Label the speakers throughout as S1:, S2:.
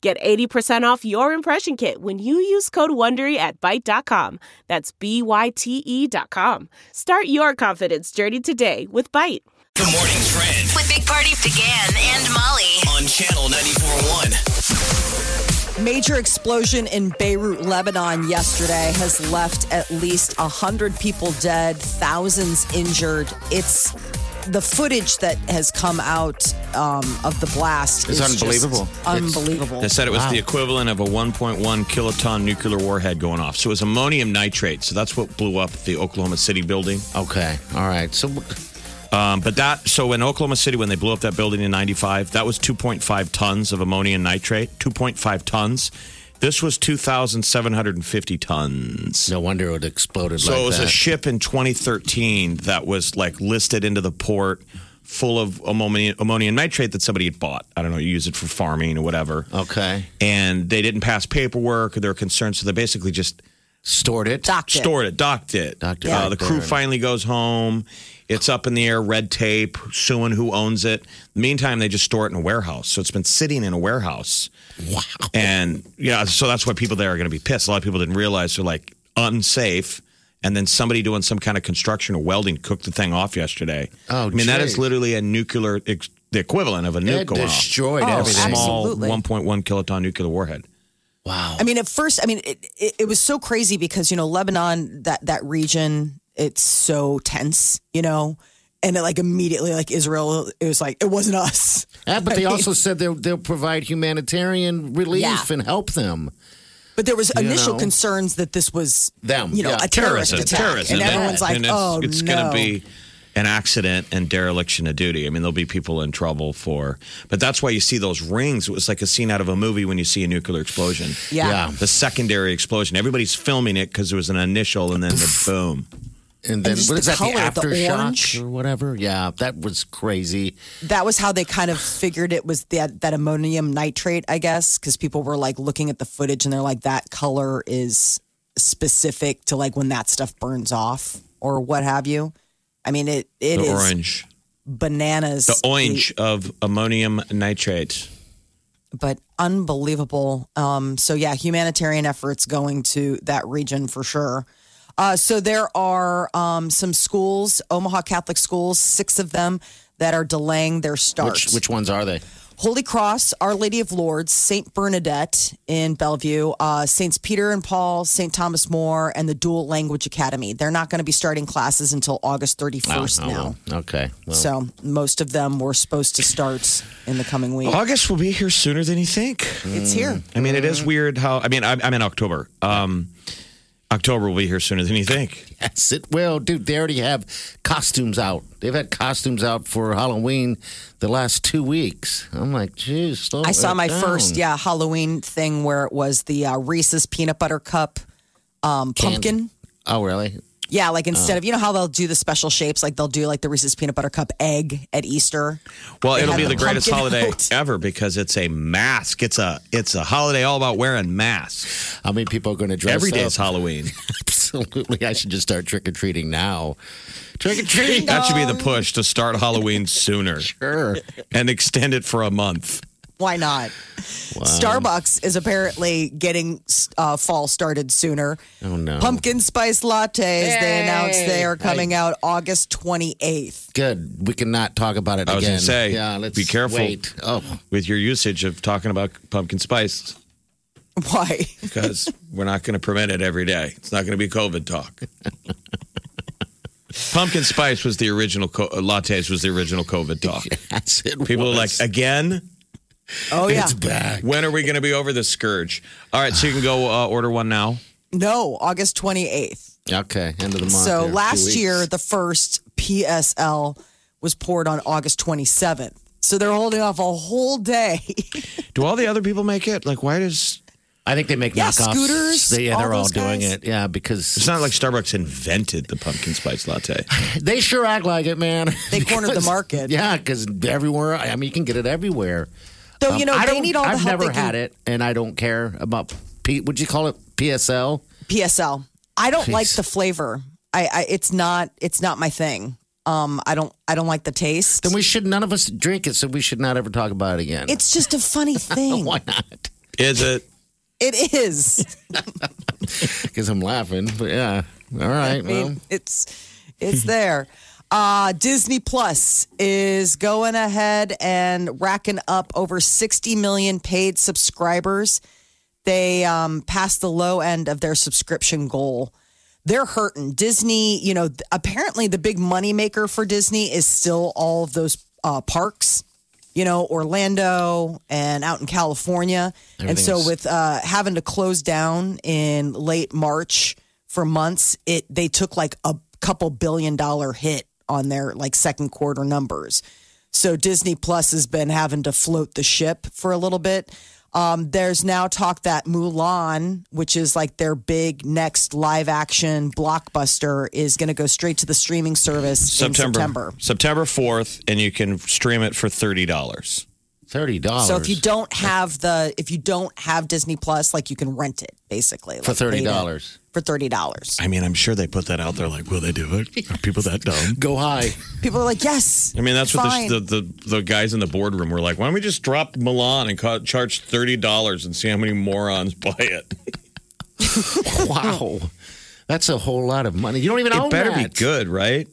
S1: Get 80% off your impression kit when you use code WONDERY at Byte.com. That's B-Y-T-E E dot com. Start your confidence journey today with Byte.
S2: The morning trend
S3: with Big Party began and Molly.
S2: on channel 94.1.
S4: Major explosion in Beirut, Lebanon yesterday has left at least 100 people dead, thousands injured. It's the footage that has come out um, of the blast is
S5: It's
S4: just
S5: unbelievable.
S4: unbelievable.
S5: They said it was the equivalent of a 1.1 kiloton nuclear warhead going off. So it was ammonium nitrate. So that's what blew up the Oklahoma City building.
S6: Okay. All right. So
S5: Um, but that, so in Oklahoma City, when they blew up that building in 95, that was 2.5 tons of ammonium nitrate, 2.5 tons. This was 2,750 tons.
S6: no wonder it exploded
S5: So
S6: like
S5: it was
S6: that.
S5: a ship in 2013 that was like listed into the port full of ammonium, ammonium nitrate that somebody had bought. I don't know, you use it for farming or whatever.
S6: Oh, okay.
S5: and they didn't pass paperwork. They were concerned, so they basically just
S6: Stored it.
S4: Docked it.
S5: stored it, docked it.
S6: Docked it.
S5: Uh, the
S6: Docked
S5: crew
S6: it.
S5: finally goes home. It's up in the air, red tape, suing who owns it. meantime, they just store it in a warehouse. So it's been sitting in a warehouse.
S6: Wow.
S5: And yeah, so that's why people there are going to be pissed. A lot of people didn't realize they're like unsafe. And then somebody doing some kind of construction or welding cooked the thing off yesterday.
S6: Oh,
S5: I mean, that
S6: geez.
S5: is literally a nuclear, ex- the equivalent of a nuke
S6: It
S5: going off.
S6: destroyed
S4: Oh,
S6: everything.
S5: Small
S4: Absolutely.
S5: 1.1 kiloton nuclear warhead.
S6: Wow.
S4: I mean, at first, I mean, it, it, it was so crazy because you know Lebanon, that that region, it's so tense, you know, and it, like immediately, like Israel, it was like it wasn't us.
S6: Yeah, but they also said they'll, they'll provide humanitarian relief
S4: Yeah.
S6: and help them.
S4: But there was initial
S6: know.
S4: concerns that this was
S6: Them,
S4: you know,
S6: yeah.
S4: a terrorist attack,
S5: terrorism.
S4: and everyone's like,
S5: and it's,
S4: "Oh
S5: it's
S4: no!"
S5: going to be an accident and dereliction of duty. I mean, there'll be people in trouble for, but that's why you see those rings. It was like a scene out of a movie when you see a nuclear explosion.
S4: yeah.
S6: Yeah.
S5: The secondary explosion. Everybody's filming it because there was an initial and then the boom.
S6: And then
S4: just
S6: what is
S4: the
S6: that?
S4: color,
S6: the
S4: the
S6: aftershock
S4: orange.
S6: or whatever. Yeah, that was crazy.
S4: That was how they kind of figured it was that that ammonium nitrate, I guess, because people were like looking at the footage and they're like, "That color is specific to like when that stuff burns off or what have you." I mean, it it
S5: The
S4: is
S5: orange.
S4: bananas.
S5: The orange of ammonium nitrate.
S4: but unbelievable. Um, so yeah, humanitarian efforts going to that region for sure. Uh, so there are um, some schools, Omaha Catholic schools, six of them that are delaying their start.
S6: Which which ones are they?
S4: Holy Cross, Our Lady of Lords, Saint Bernadette in Bellevue, uh, Saints Peter and Paul, Saint Thomas More, and the Dual Language Academy. They're not going to be starting classes until August thirty first
S6: Oh,
S4: now.
S6: well, Okay. Well,
S4: So most of them were supposed to start in the coming week.
S5: August will be here sooner than you think.
S4: It's here.
S6: Mm.
S5: I mean, it is weird how. I mean, I'm, I'm in October. Um, October will be here sooner than you think.
S6: yes, it will, dude. They already have costumes out. They've had costumes out for Halloween the last two weeks. I'm like, geez, slow
S4: I saw
S6: it
S4: my
S6: down.
S4: first yeah Halloween thing where it was the uh, Reese's peanut butter cup um, pumpkin.
S6: Oh, really?
S4: Yeah, like
S6: Oh.
S4: instead of you know how they'll do the special shapes, like they'll do like the Reese's peanut butter cup egg at Easter.
S5: Well,
S4: They
S5: it'll
S4: had
S5: be
S4: the
S5: the greatest
S4: pumpkin
S5: holiday
S4: out.
S5: ever because it's a mask. It's a it's a holiday all about wearing masks.
S6: How many people are going to dress
S5: Every day
S6: up?
S5: is Halloween.
S6: Absolutely. I should just start trick or treating now. Trick or treating.
S5: That should be the push to start Halloween sooner
S6: Sure.
S5: and extend it for a month.
S4: Why not? Starbucks is apparently getting uh, fall started sooner.
S6: Oh, no.
S4: Pumpkin spice lattes. They announced they are
S6: Hey.
S4: coming out August twenty eighth.
S6: Good. We cannot talk about it
S5: I was
S6: again.
S5: gonna say,
S6: yeah, let's
S5: be careful.
S6: Wait. Oh,
S5: With your usage of talking about pumpkin spice,
S4: Why?
S5: because we're not going to permit it every day. It's not going to be COVID talk. pumpkin spice was the original co- uh, lattes was the original COVID talk.
S6: that's it.
S5: People are like
S6: was.
S5: again.
S4: Oh yeah.
S6: it's back.
S5: When are we going to be over the scourge? All right, so you can go uh, order one now.
S4: No, August twenty eighth.
S6: Okay, end of the month.
S4: So
S6: there, two
S4: last
S6: weeks.
S4: year, the first PSL was poured on August 27th. So they're holding off a whole day.
S5: Do all the other people make it? Like, why does
S6: I think they make
S4: Yeah,
S6: knockoffs.
S4: scooters,
S6: They, yeah,
S4: all
S6: they're all
S4: those
S6: doing
S4: guys.
S6: it. Yeah, because
S5: It's not like Starbucks invented the pumpkin spice latte.
S6: they sure act like it, man.
S4: They cornered the
S6: Because-
S4: market.
S6: Yeah, because everywhere. I mean, you can get it everywhere.
S4: Though
S6: Um,
S4: you know
S6: I
S4: they
S6: don't-
S4: need all the
S6: I've
S4: help
S6: never
S4: they can.
S6: had it, and I don't care about. P, would you call it PSL?
S4: PSL. I don't like
S6: Jeez.
S4: the flavor. I, I it's not it's not my thing. Um, I don't I don't like the taste.
S6: Then we should none of us drink it, so we should not ever talk about it again.
S4: it's just a funny thing.
S6: why not?
S5: Is it?
S4: it is.
S6: Because I'm laughing, but yeah. All right.
S4: I mean,
S6: well,
S4: it's it's there. Uh, Disney Plus is going ahead and racking up over 60 million paid subscribers. They um, passed the low end of their subscription goal. They're hurting. Disney, you know, th- apparently the big money maker for Disney is still all of those uh, parks, you know, Orlando and out in California. and so
S6: Everything's-
S4: with with uh, having to close down in late March for months, it they took like a couple billion dollar hit on their like second quarter numbers. So Disney Plus has been having to float the ship for a little bit. Um, there's now talk that Mulan, which is like their big next live action blockbuster, is going to go straight to the streaming service in
S5: September.
S4: September.
S5: September 4th, and you can stream it for $30.
S6: thirty dollars.
S4: So if you don't have the if you don't have Disney Plus, like you can rent it basically
S6: For
S4: like beta
S6: $30.
S4: For thirty dollars,
S5: I mean, I'm sure they put that out there like, will they do it? Are people that dumb?
S6: go high,
S4: people are like, yes.
S5: I mean, that's
S4: fine.
S5: what the, the, the, the guys in the boardroom were like. Why don't we just drop Milan and ca- charge $30 and see how many morons buy it?
S6: wow, that's a whole lot of money. You don't even own
S5: It better be
S6: that.
S5: good, right?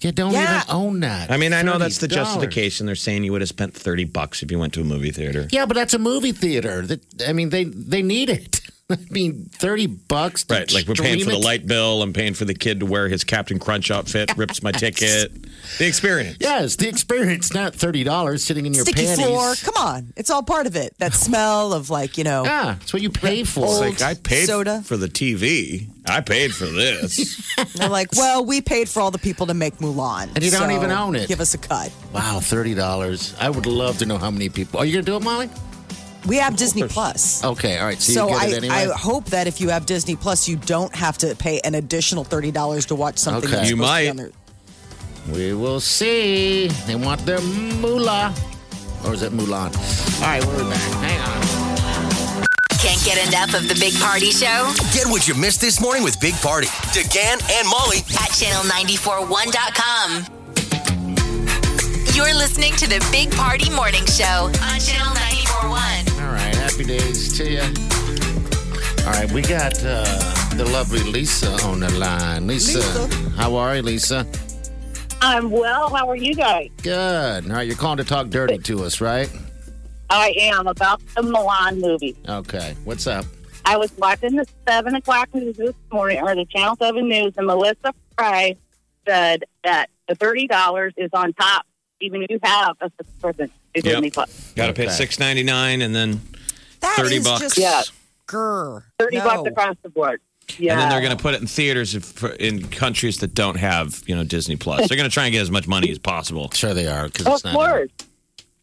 S6: You don't
S4: Yeah.
S6: even own that.
S5: I mean, I know that's the
S6: $30.
S5: justification. They're saying you would have spent 30 bucks if you went to a movie theater.
S6: Yeah, but that's a movie theater. That I mean, they they need it. I mean, thirty bucks. To
S5: Right, like we're paying
S6: stream
S5: for the
S6: it?
S5: light bill. I'm paying for the kid to wear his Captain Crunch outfit. Rips my ticket. The experience.
S6: Yes, the experience, not thirty dollars sitting in your
S4: sticky
S6: panties.
S4: floor. Come on, it's all part of it. That smell of like you know.
S6: Yeah, it's what you pay
S5: It's
S6: for.
S5: like I paid
S4: soda.
S5: for the TV. I paid for this.
S4: They're like, well, we paid for all the people to make Mulan,
S6: And you don't
S4: so
S6: even own it.
S4: Give us a cut.
S6: wow, thirty dollars. I would love to know how many people. Are you gonna do it, Molly?
S4: We have Disney Plus.
S6: Okay, all right. Oh, So,
S4: So
S6: you get
S4: I,
S6: it anyway.
S4: I hope that if you have Disney Plus, you don't have to pay an additional thirty dollars to watch something.
S6: Okay.
S4: that's
S5: You
S4: supposed to be
S5: might.
S4: on there.
S6: We will see. They want their moolah. Or is it Mulan? All right, we're back. Hang on.
S3: Can't get enough of the Big Party Show
S2: Get what you missed this morning with Big Party. DeGan and Molly
S3: at channel941.com. You're listening to the Big Party Morning Show on channel 941.
S6: All right, happy days to you. All right, we got uh, the lovely Lisa on the line. Lisa,
S4: Lisa.
S6: how are you, Lisa?
S7: I'm well. How are you guys?
S6: Good. All right, you're calling to talk dirty to us, right?
S7: I am about the Milan movie.
S6: Okay, what's up?
S7: I was watching the seven o'clock news this morning, or the Channel Seven News, and Melissa Fry said that the thirty dollars is on top, even if you have a subscription to
S5: Yep.
S7: Disney Plus.
S5: Got to pay
S6: Okay.
S5: six ninety nine and then
S4: That
S5: 30
S4: is
S5: bucks.
S4: just
S7: Yeah.
S4: grr.
S7: Thirty
S4: No.
S7: bucks across the board. Yeah,
S5: and then they're going to put it in theaters if, in countries that don't have you know Disney Plus. They're going to try and get as much money as possible.
S6: Sure they are. Cause
S7: Of
S6: it's not
S7: course,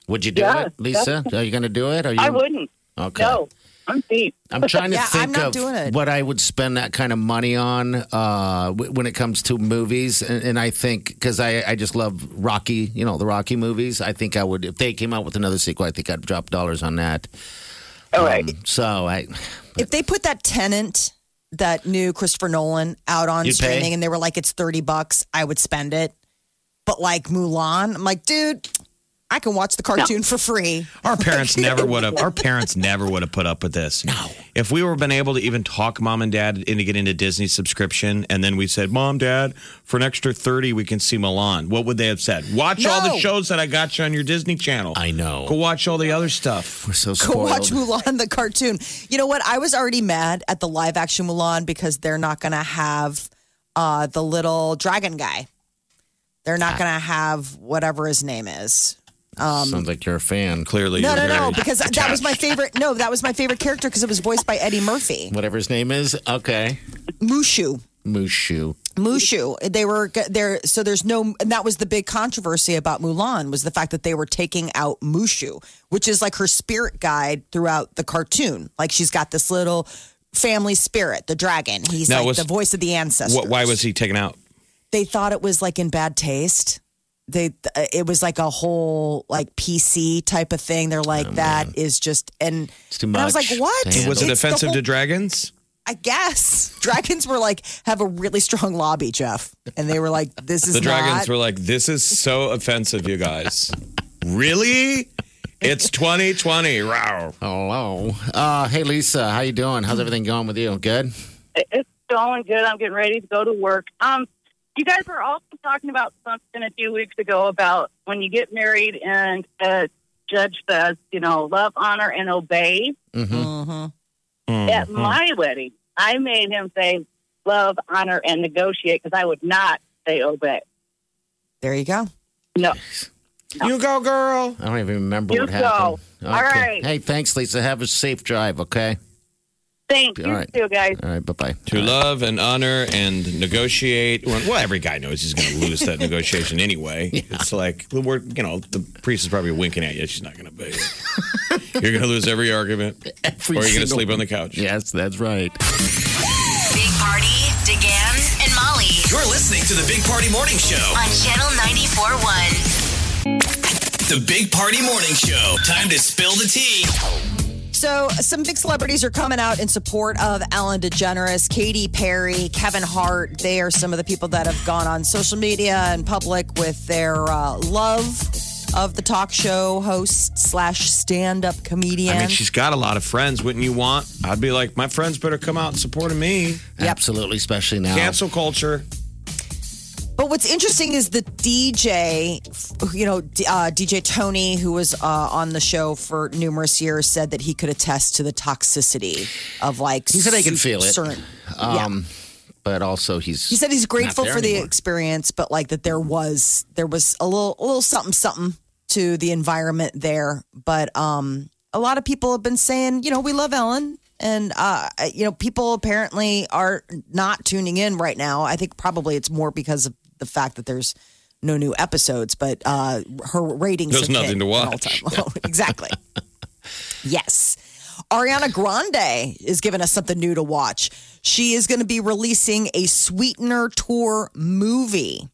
S6: Would you do
S7: Yeah,
S6: it, Lisa? Are you going to do it? Are you?
S7: I wouldn't.
S6: Okay.
S7: No, I'm deep.
S6: I'm trying to
S4: Yeah, I'm
S6: think
S4: not
S6: of
S4: doing it.
S6: what I would spend that kind of money on uh, w- when it comes to movies, and, and I think because I, I just love Rocky, you know, the Rocky movies. I think I would if they came out with another sequel, I think I'd drop dollars on that. Um,
S7: All right.
S6: So I,
S4: If they put that tenant, that new Christopher Nolan, out on
S6: You'd pay?
S4: streaming and they were like, it's 30 bucks, I would spend it. But like Mulan, I'm like, dude, I can watch the cartoon for free.
S5: Our parents never would have. Our parents never would have put up with this. No. If we were been able to even talk mom and dad into getting a Disney subscription, and then we said, "Mom, Dad, for an extra thirty, we can see Milan." What would they have said? Watch all the
S4: No.
S5: shows that I got you on your Disney Channel.
S6: I know.
S5: Go watch all the other stuff.
S6: we're so
S4: Go
S6: spoiled.
S4: watch Mulan, the cartoon. You know what? I was already mad at the live action Mulan because they're not going to have uh, the little dragon guy. They're
S6: Ah.
S4: not going to have whatever his name is.
S6: Sounds like you're a fan.
S5: Clearly,
S4: No, no,
S5: you're
S4: no,
S5: very
S4: because that was my
S5: attached.
S4: favorite. No, that was my favorite character because it was voiced by Eddie Murphy.
S6: Whatever his name is. Okay,
S4: Mushu.
S6: Mushu.
S4: Mushu. They were g- there, so there's no, and that was the big controversy about Mulan was the fact that they were taking out Mushu, which is like her spirit guide throughout the cartoon. Like she's got this little family spirit, the dragon. He's
S5: Now,
S4: like
S5: was-
S4: the voice of the ancestors.
S5: What, why was he taken out?
S4: they thought it was like in bad taste. They uh, it was like a whole like PC type of thing. They're like that is just and,
S6: It's too
S4: and I was
S6: much
S4: like, what?
S6: to handle.
S5: Oh, Was it
S4: It's the
S5: offensive
S4: whole-
S5: to dragons?
S4: I guess dragons were like have a really strong lobby, Jeff, and they were like, this is
S5: The dragons
S4: not-
S5: were like, "This is so offensive, you guys. really? It's 2020. Wow.
S6: Hello. Uh, hey, Lisa. How you doing? How's everything going with you? Good.
S7: It- It's going good. I'm getting ready to go to work. Um, you guys were also talking about something a few weeks ago about when you get married and a judge says, you know, love, honor, and obey.
S6: Mm-hmm.
S4: Mhm.
S5: Mm-hmm.
S7: At my wedding, I made him say love, honor, and negotiate because I would not say obey.
S4: There you go.
S7: No.
S5: You go, girl.
S6: I don't even remember
S7: You
S6: what happened.
S7: go. All right.
S6: Hey, thanks, Lisa. Have a safe drive. Okay.
S7: Thank
S6: All
S7: you,
S6: right.
S7: too, guys.
S6: All right. Bye bye.
S5: To love and honor and negotiate. Well, well, every guy knows he's going to lose that negotiation anyway. It's like the word, you know, the priest is probably winking at you. She's not going to be. You're going to lose every argument, or you're going to sleep on the couch.
S6: Yes, that's right.
S3: Big Party, DeGan, and Molly
S2: You're listening to the Big Party Morning Show.
S3: on Channel 94.1.
S2: The Big Party Morning Show. Time to spill the tea.
S4: So, some big celebrities are coming out in support of Ellen DeGeneres, Katy Perry, Kevin Hart. They are some of the people that have gone on social media and public with their uh, love of the talk show host slash stand up comedian.
S5: I mean, she's got a lot of friends. Wouldn't you want? I'd be like, my friends better come out supporting me.
S6: Absolutely, especially now.
S5: Cancel culture.
S4: But what's interesting is the DJ, you know, D- uh, DJ Tony, who was uh, on the show for numerous years, said that he could attest to the toxicity of like.
S6: He said I can feel it.
S4: certain- yeah.
S6: Um, But also, he's
S4: He said he's grateful
S6: there
S4: for the
S6: anymore.
S4: experience, but like that there was there was a little a little something something to the environment there. But um, a lot of people have been saying, you know, we love Ellen, and uh, you know, people apparently are not tuning in right now. I think probably it's more because of the fact that there's no new episodes, but uh, her ratings.
S5: There's
S4: have hit
S5: nothing to
S4: an
S5: watch.
S4: all-time low. exactly. Yes. Ariana Grande is giving us something new to watch. She is going to be releasing a Sweetener Tour movie.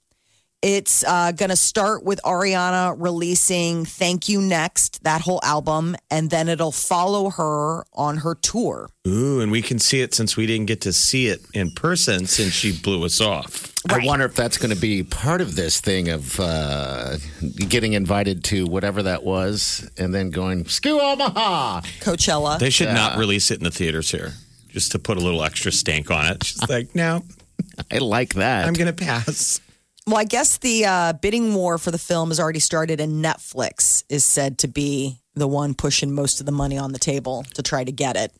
S4: It's uh, going to start with Ariana releasing Thank You Next, that whole album, and then it'll follow her on her tour.
S5: Ooh, and we can see it since we didn't get to see it in person since she blew us off.
S6: I wonder if that's going to be part of this thing of uh, getting invited to whatever that was, and then going skew Omaha.
S4: Coachella.
S5: They should not release it in the theaters here just to put a little extra stank on it. She's like, no,
S6: I like that.
S5: I'm going to pass.
S4: Well, I guess the uh, bidding war for the film has already started, and Netflix is said to be the one pushing most of the money on the table to try to get it.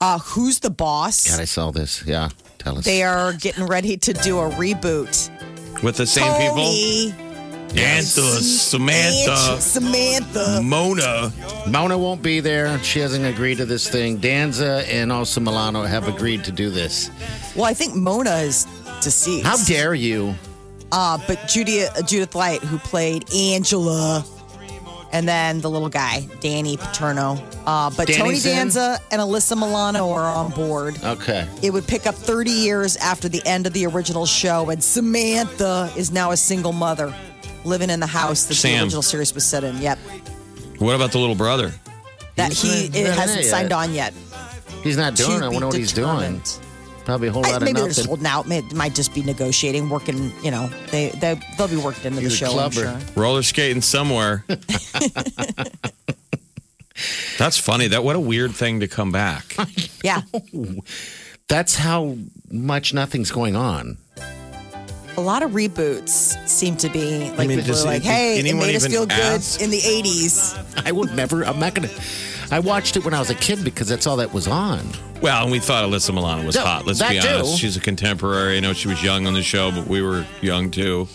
S4: Uh, who's the boss?
S6: God, I saw this. Yeah, tell us.
S4: They are getting ready to do a reboot.
S5: With the same people?
S4: Tony,
S5: Samantha,
S4: Mitch,
S5: Samantha,
S4: Samantha.
S5: Mona.
S6: Mona won't be there. She hasn't agreed to this thing. Danza and also Milano have agreed to do this.
S4: Well, I think Mona is deceased.
S6: How dare you?
S4: Uh, but Judy, uh, Judith Light, who played Angela, and then the little guy, Danny Paterno. Uh, but Tony
S6: Danny's in?
S4: Danza and Alyssa Milano are on board.
S6: Okay.
S4: It would pick up 30 years after the end of the original show, and Samantha is now a single mother living in the house that the
S5: Sam.
S4: original series was set in. Yep.
S5: What about the little brother?
S4: That
S6: He's
S4: he
S6: not-
S4: it
S6: not
S4: hasn't
S6: there
S4: signed
S6: yet.
S4: on yet.
S6: He's not doing it. I wonder what he's doing.
S4: determined.
S6: Probably a whole
S4: I,
S6: lot
S4: maybe
S6: of
S4: they're just
S6: nothing.
S4: holding out. May- might just be negotiating, working. You know, they they they'll be worked into
S6: He's
S4: the
S6: a
S4: show. I'm sure.
S6: clubber.
S5: Roller skating somewhere. That's funny. That what a weird thing to come back.
S4: Yeah,
S6: That's how much nothing's going on.
S4: a lot of reboots seem to be like
S5: mean,
S4: people
S5: does
S4: are like,
S5: it-
S4: hey, it
S5: anyone
S4: made us
S5: even
S4: feel
S5: ask?
S4: good in the '80s.
S6: I would never. I'm not gonna. I watched it when I was a kid because that's all that was on.
S5: Well, and we thought Alyssa Milano was
S6: No,
S5: hot. Let's
S6: that
S5: be honest.
S6: too.
S5: She's a contemporary. I know she was young on the show, but we were young too.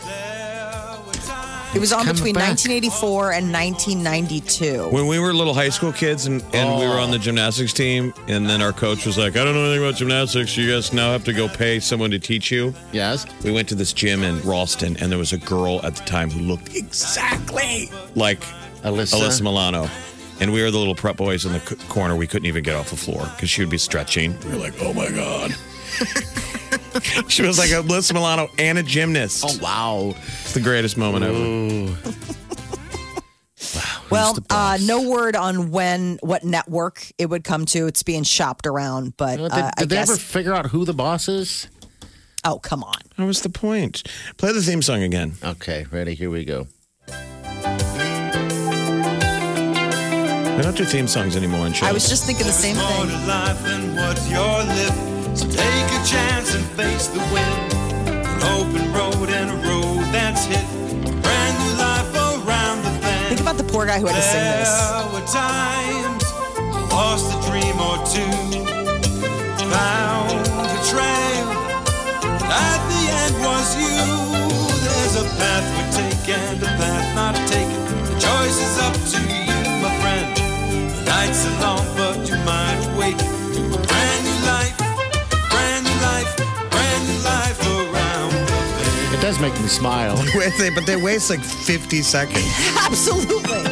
S4: It was on
S6: Coming
S4: between
S6: back.
S4: 1984 and 1992.
S5: When we were little high school kids and, and we
S6: Oh.
S5: were on the gymnastics team, and then our coach was like, I don't know anything about gymnastics. You guys now have to go pay someone to teach you.
S6: Yes.
S5: We went to this gym in Ralston, and there was a girl at the time who looked exactly like
S6: Alyssa.
S5: Alyssa Milano. And we were the little prep boys in the c- corner. We couldn't even get off the floor because she would be stretching. We were like, oh my God. she was like Alyssa Milano and a gymnast.
S6: Oh, wow.
S5: It's the greatest moment ever.
S4: Well, uh, no word on when, what network it would come to. It's being shopped around, but
S6: Did,
S4: uh, I
S6: did they
S4: guess.
S6: ever figure out who the boss is?
S4: oh, come on.
S5: That was the point. Play the theme song again.
S6: Okay, ready? Here we go.
S5: They don't do theme songs anymore on shows.
S4: I was just thinking the same thing.
S8: life than what you're living. So take a chance and face the wind. An open road and a road that's hit. Brand new life around the
S4: Think
S8: bend.
S4: about the poor guy who had to sing this.
S8: There were times I lost a dream or two. Found a trail. At the end was you. There's a path we take and a path not taken. The choice is up to you, my friend. The night's are long, but you might wake to a brand new life, brand new life, brand new life around the bend.
S6: It does make me smile.
S5: but they waste like 50 seconds.
S4: Absolutely.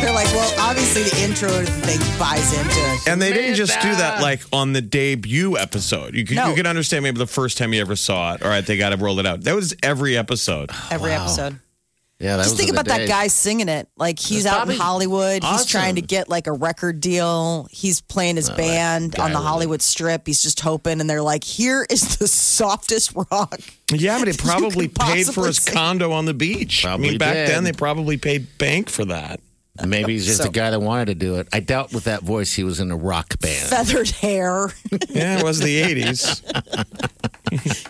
S4: They're like, well, obviously the intro thing buys into it.
S5: And they didn't just do that like on the debut episode. You could,
S4: No.
S5: you could understand maybe the first time you ever saw it. All right, they got to roll it out. That was every episode.
S4: every episode.
S6: yeah, that
S4: Just
S6: was
S4: think
S6: in the
S4: about that
S6: day.
S4: guy singing it. Like he's
S6: That's
S4: out in
S6: probably
S4: Hollywood. He's
S6: awesome.
S4: trying to get like a record deal. He's playing
S6: Oh,
S4: his band on the Hollywood Strip. He's just hoping, and they're like, "Here is the softest rock."
S5: Yeah, but it probably
S4: could
S5: paid for
S4: possibly
S5: his
S4: say-
S5: condo on the beach. I
S6: Probably
S5: mean, back
S6: did.
S5: then they probably paid bank for that.
S6: Maybe he's just
S4: So-
S6: a guy that wanted to do it. I doubt with that voice he was in a rock band.
S4: Feathered hair.
S5: Yeah, it was the 80s.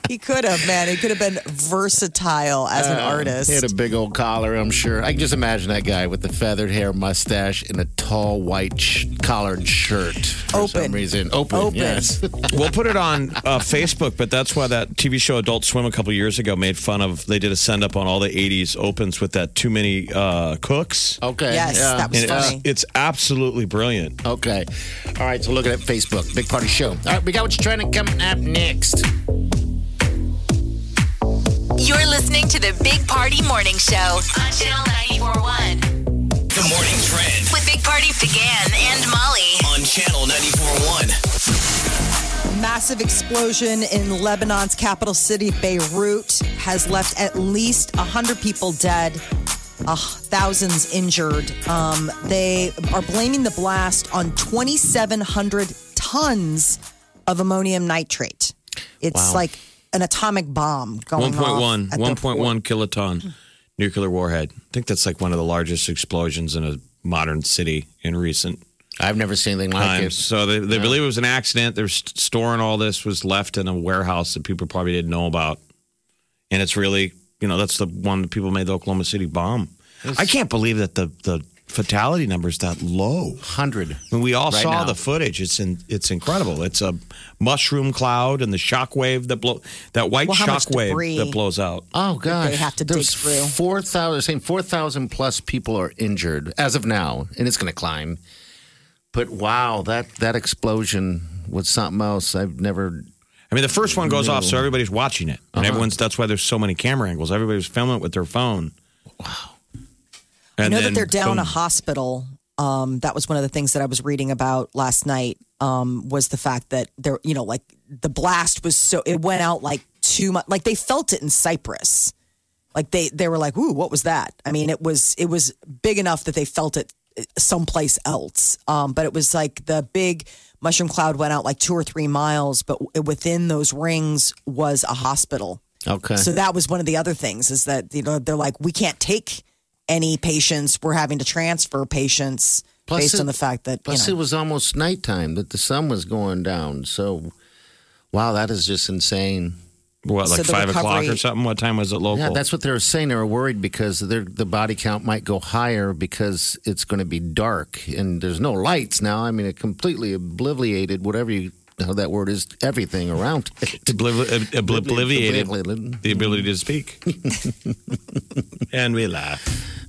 S4: he could have, man. He could have been versatile as an
S6: He had
S4: artist.
S6: a big old collar, I'm sure. I can just imagine that guy with the feathered hair, mustache, and a tall white sh- collared shirt. For
S4: Open.
S6: some reason, open.
S4: Open.
S6: Yes.
S5: We'll put it on uh, Facebook, but that's why that TV show Adult Swim a couple years ago made fun of. They did a send up on all the 80s opens with that too many uh, cooks.
S6: Okay.
S4: Yes,
S6: yeah.
S4: that was
S5: And it's,
S4: Oh, funny.
S5: it's absolutely brilliant.
S6: Okay. All right. So looking at Facebook, big party show. All right, we got what's trending coming up next.
S3: You're listening to the Big Party Morning Show on Channel 941
S2: The morning trend
S3: with Big Party began and Molly.
S2: on channel 941.
S4: Massive explosion in Lebanon's capital city, Beirut, has left at least 100 people dead, uh, thousands injured. Um, they are blaming the blast on 2,700 tons of ammonium nitrate. It's like an atomic bomb going Oh, off.
S5: 1.1,
S4: at the- Hmm.
S5: 1.1 kiloton nuclear warhead. I think that's like one of the largest explosions in a modern city in recent
S6: I've never seen anything like
S5: times.
S6: it.
S5: So they, they believe it was an accident. They're st- storing all this was left in a warehouse that people probably didn't know about, and it's really you know that's the one that people made the Oklahoma City bomb. I can't believe that the the fatality number is that low.
S6: Hundred.
S5: I mean, we all
S6: Right
S5: saw
S6: now.
S5: the footage. It's in, it's incredible. It's a mushroom cloud and the shock wave that blow that white
S4: Well, how much
S5: shock wave
S4: debris?
S5: that blows out.
S6: Oh gosh.
S4: They have to dig
S6: There's
S4: through.
S6: Four thousand. Saying four thousand plus people are injured as of now, and it's going to climb. But wow, that that explosion was something else. I've never.
S5: I mean, the first one goes off, so everybody's watching it,
S4: Uh-huh.
S5: and everyone's. That's why there's so many camera angles. Everybody's filming it with their phone. Wow.
S4: I
S5: And
S4: know
S5: then,
S4: that they're down a
S5: boom.
S4: hospital. Um, that was one of the things that I was reading about last night. Um, was the fact that there, you know, like the blast was so it went out like too much. Like they felt it in Cyprus. Like they they were like, "Ooh, what was that?" I mean, it was it was big enough that they felt it eh, someplace else. Um, but it was like the big mushroom cloud went out like two or three miles, but w- within those rings was a hospital.
S6: Okay.
S4: So that was one of the other things is that you know they're like we can't take any patients. We're having to transfer patients
S6: Plus
S4: based
S6: it-
S4: on the fact that you
S6: Plus,
S4: know.
S6: it was almost nighttime that the sun was going down. So, wow, that is just insane.
S5: What,
S4: So
S5: like
S4: the
S5: five o'clock
S4: recovery-
S5: or something? What time was it local?
S6: Yeah, that's what they were saying. They were worried because their the body count might go higher because it's going to be dark and there's no lights now. I mean, it completely obliterated whatever you how that word is everything around it.
S5: Obliv- ob- obliviated
S6: Obliviated.
S5: the ability to speak. and we laugh.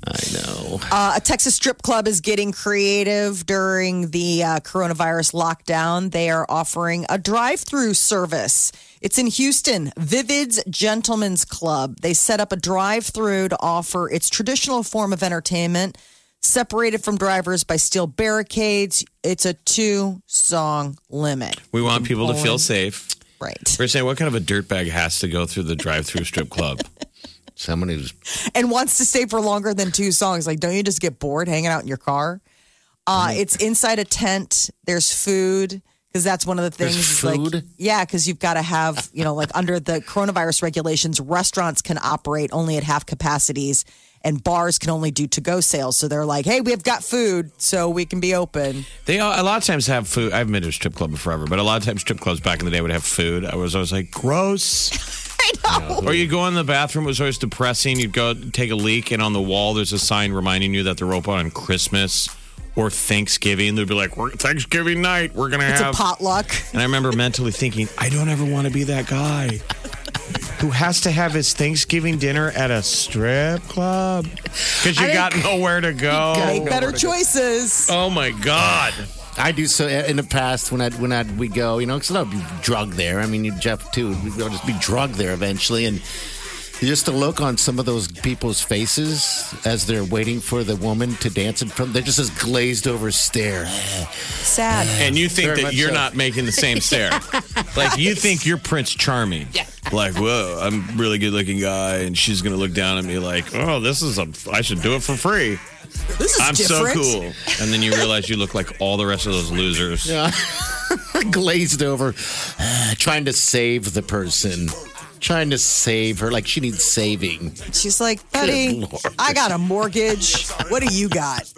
S6: I know.
S4: Uh, a Texas strip club is getting creative during the uh, coronavirus lockdown. They are offering a drive through service. It's in Houston, Vivid's Gentlemen's Club. They set up a drive through to offer its traditional form of entertainment, separated from drivers by steel barricades. It's a two song limit.
S5: We want people to feel safe.
S4: Right.
S5: We're saying, what kind of a dirtbag has to go through the drive-through strip club?
S6: Someone who's
S4: and wants to stay for longer than two songs. Like, don't you just get bored hanging out in your car?
S5: Mm-hmm.
S4: Uh, it's inside a tent. There's food because that's one of the things.
S6: There's
S4: is like-
S6: food?
S4: yeah, because you've got to have you know, like under the coronavirus regulations, restaurants can operate only at half capacities, and bars can only do to-go sales. So they're like, hey, we've got food, so we can be open.
S5: They all, a lot of times have food. I haven't been to a strip club in forever, but a lot of times strip clubs back in the day would have food. I was always like, gross. Or you go in the bathroom, it was always depressing. You'd go take a leak, and on the wall, there's a sign reminding you that they're open on Christmas or Thanksgiving. They'd be like, we're, Thanksgiving night, we're going to
S4: It's
S5: have.
S4: a potluck.
S5: And I remember mentally thinking, I don't ever want to be that guy who has to have his Thanksgiving dinner at a strip club because you
S6: I
S5: got
S6: think-
S5: nowhere to go.
S4: Make better choices.
S5: Oh my God.
S6: I do so uh, in the past when I when I we go, you know, because I'll be drugged there. I mean, you Jeff too. I'll just be drugged there eventually, and just the look on some of those people's faces as they're waiting for the woman to dance in front. They're just this glazed over stare.
S4: Sad.
S5: And you think
S6: Very
S5: that
S6: much
S5: you're
S6: so.
S5: not making the same stare. Like, you think you're Prince Charming. Like, whoa, I'm a really good looking guy, and she's going to look down at me like, oh, this is a, I should do it for free.
S4: This is
S5: I'm
S4: different.
S5: so cool. And then you realize you look like all the rest of those losers.
S6: glazed over, trying to save the person, trying to save her. Like she needs saving.
S4: She's like, buddy,
S6: Good Lord.
S4: I got a mortgage. What do you got?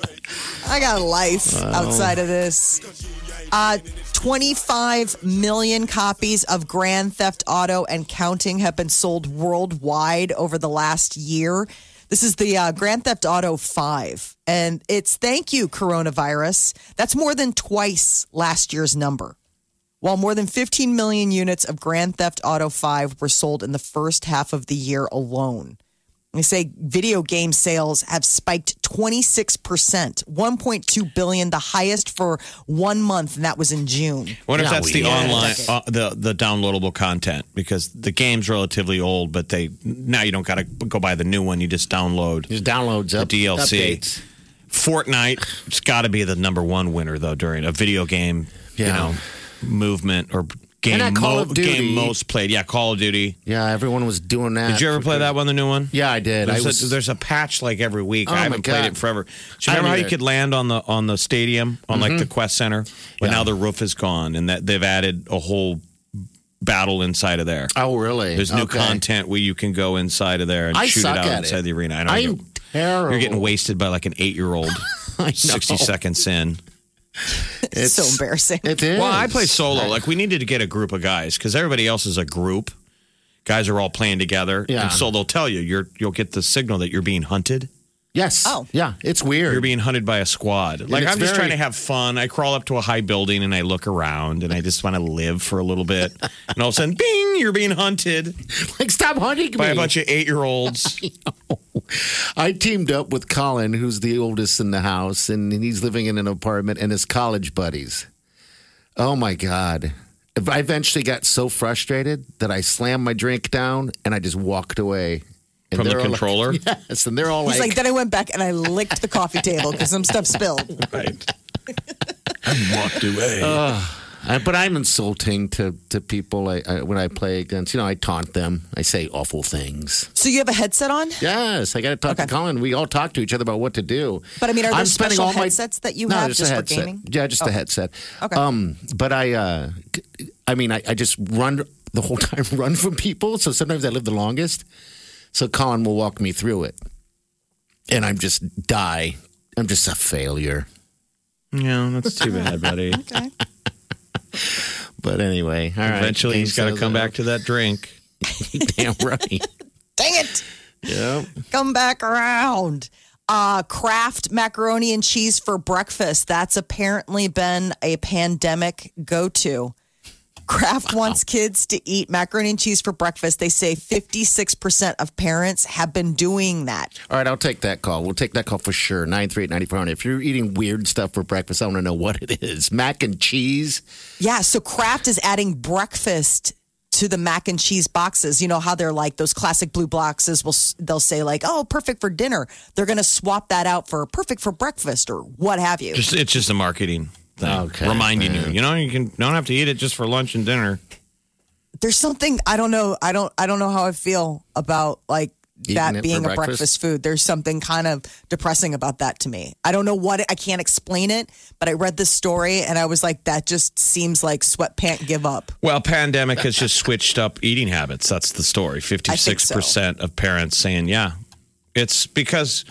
S4: I got a life outside of this. Uh, 25 million copies of Grand Theft Auto and counting have been sold worldwide over the last year. This is the uh, Grand Theft Auto 5. And it's thank you, coronavirus. That's more than twice last year's number. While more than 15 million units of Grand Theft Auto 5 were sold in the first half of the year alone. They say video game sales have spiked 26%, 1.2 billion, the highest for one month, and that was in June.
S5: I wonder if
S6: Yeah,
S5: that's
S6: we-
S5: the
S6: yeah.
S5: online, uh, the the downloadable content because the game's relatively old, but they now you don't got to go buy the new one. You just download
S6: Just downloads up
S5: DLC.
S6: updates.
S5: Fortnite. It's got to be the number one winner though during a video game, you
S6: Yeah.
S5: know, movement or game
S6: And that Call of Duty-
S5: game most played. Yeah, Call of Duty.
S6: Yeah, everyone was doing that.
S5: Did you ever play that one? The new one.
S6: Yeah, I did. I
S5: There's,
S6: was. Oh
S5: a, there's a patch like every week.
S6: my
S5: I haven't played
S6: God.
S5: it in forever. So
S6: I
S5: remember how
S6: don't
S5: you
S6: either. Mm-hmm.
S5: could land on the on the stadium on like the quest center, but now the roof is gone and that they've added a whole battle inside of there.
S6: oh, really?
S5: There's new
S6: Okay.
S5: content where you can go inside of there and
S6: I
S5: shoot it
S6: suck
S5: out
S6: at
S5: inside
S6: it.
S5: the arena. I know
S6: I'm
S5: you,
S6: terrible.
S5: you're getting wasted by like an eight year old, sixty seconds in.
S4: It's so embarrassing.
S6: It is.
S5: Well, I play solo. Like we needed to get a group of guys because everybody else is a group. Guys are all playing together,
S6: Yeah.
S5: and so they'll tell you you're you'll get the signal that you're being hunted.
S6: Yes.
S4: Oh.
S6: yeah. It's weird.
S5: You're being hunted by a squad. Like
S6: it's
S5: I'm just
S6: very-
S5: trying to have fun. I crawl up to a high building and I look around and I just want to live for a little bit. And all of a sudden, bing! You're being hunted
S6: like, stop hunting me.
S5: by a bunch of eight year olds.
S6: I teamed up with Colin, who's the oldest in the house, and he's living in an apartment, and his college buddies. Oh my god! I eventually got so frustrated that I slammed my drink down and I just walked away. And
S5: From the
S6: they're all
S5: controller?
S6: Like, yes, and they're all
S4: He's
S6: like,
S4: like, then I went back and I licked the coffee table because some stuff spilled.
S5: right. I walked away.
S6: I- but I'm insulting to to people I, I, when I play against. You know, I taunt them. I say awful things.
S4: So you have a headset on?
S6: Yes, I got to talk to
S4: Okay.
S6: Colin. We all talk to each other about what to do.
S4: But, I mean, are there
S6: I'm spending
S4: special
S6: all my-
S4: headsets that you
S6: no,
S4: have
S6: just,
S4: just
S6: a
S4: for
S6: headset.
S4: gaming?
S6: Yeah, just a headset.
S4: Okay.
S6: Um, but I, uh, I mean, I, I just run the whole time, run from people. So sometimes I live the longest. So Colin will walk me through it, and I'm just die. I'm just a failure.
S5: Yeah, that's too bad, buddy.
S6: But anyway, all right.
S5: Eventually, he's got to come back to that drink.
S6: Damn right.
S4: Dang it.
S6: yeah.
S4: come back around. Uh, Kraft macaroni and cheese for breakfast. That's apparently been a pandemic go to. Kraft wants kids to eat macaroni and cheese for breakfast. They say 56% of parents have been doing that.
S6: All right, I'll take that call. We'll take that call for sure. 938-9400. If you're eating weird stuff for breakfast, I want to know what it is. Mac and cheese.
S4: Yeah, so Kraft is adding breakfast to the mac and cheese boxes. You know how they're like those classic blue boxes will they'll say like, "Oh, perfect for dinner." They're going to swap that out for perfect for breakfast or what have you.
S5: Just it's just a marketing thing,
S6: Okay,
S5: reminding you. You know, you can don't have to eat it just for lunch and dinner.
S4: There's something I don't know. I don't I don't know how I feel about like
S6: Eating it
S4: that
S6: for
S4: being a
S6: breakfast?
S4: breakfast food. There's something kind of depressing about that to me. I don't know what it, I can't explain it, but I read this story and I was like that just seems like sweatpant give up.
S5: Well, pandemic has just switched up eating habits. That's the story. Fifty six percent of parents saying, "Yeah, it's because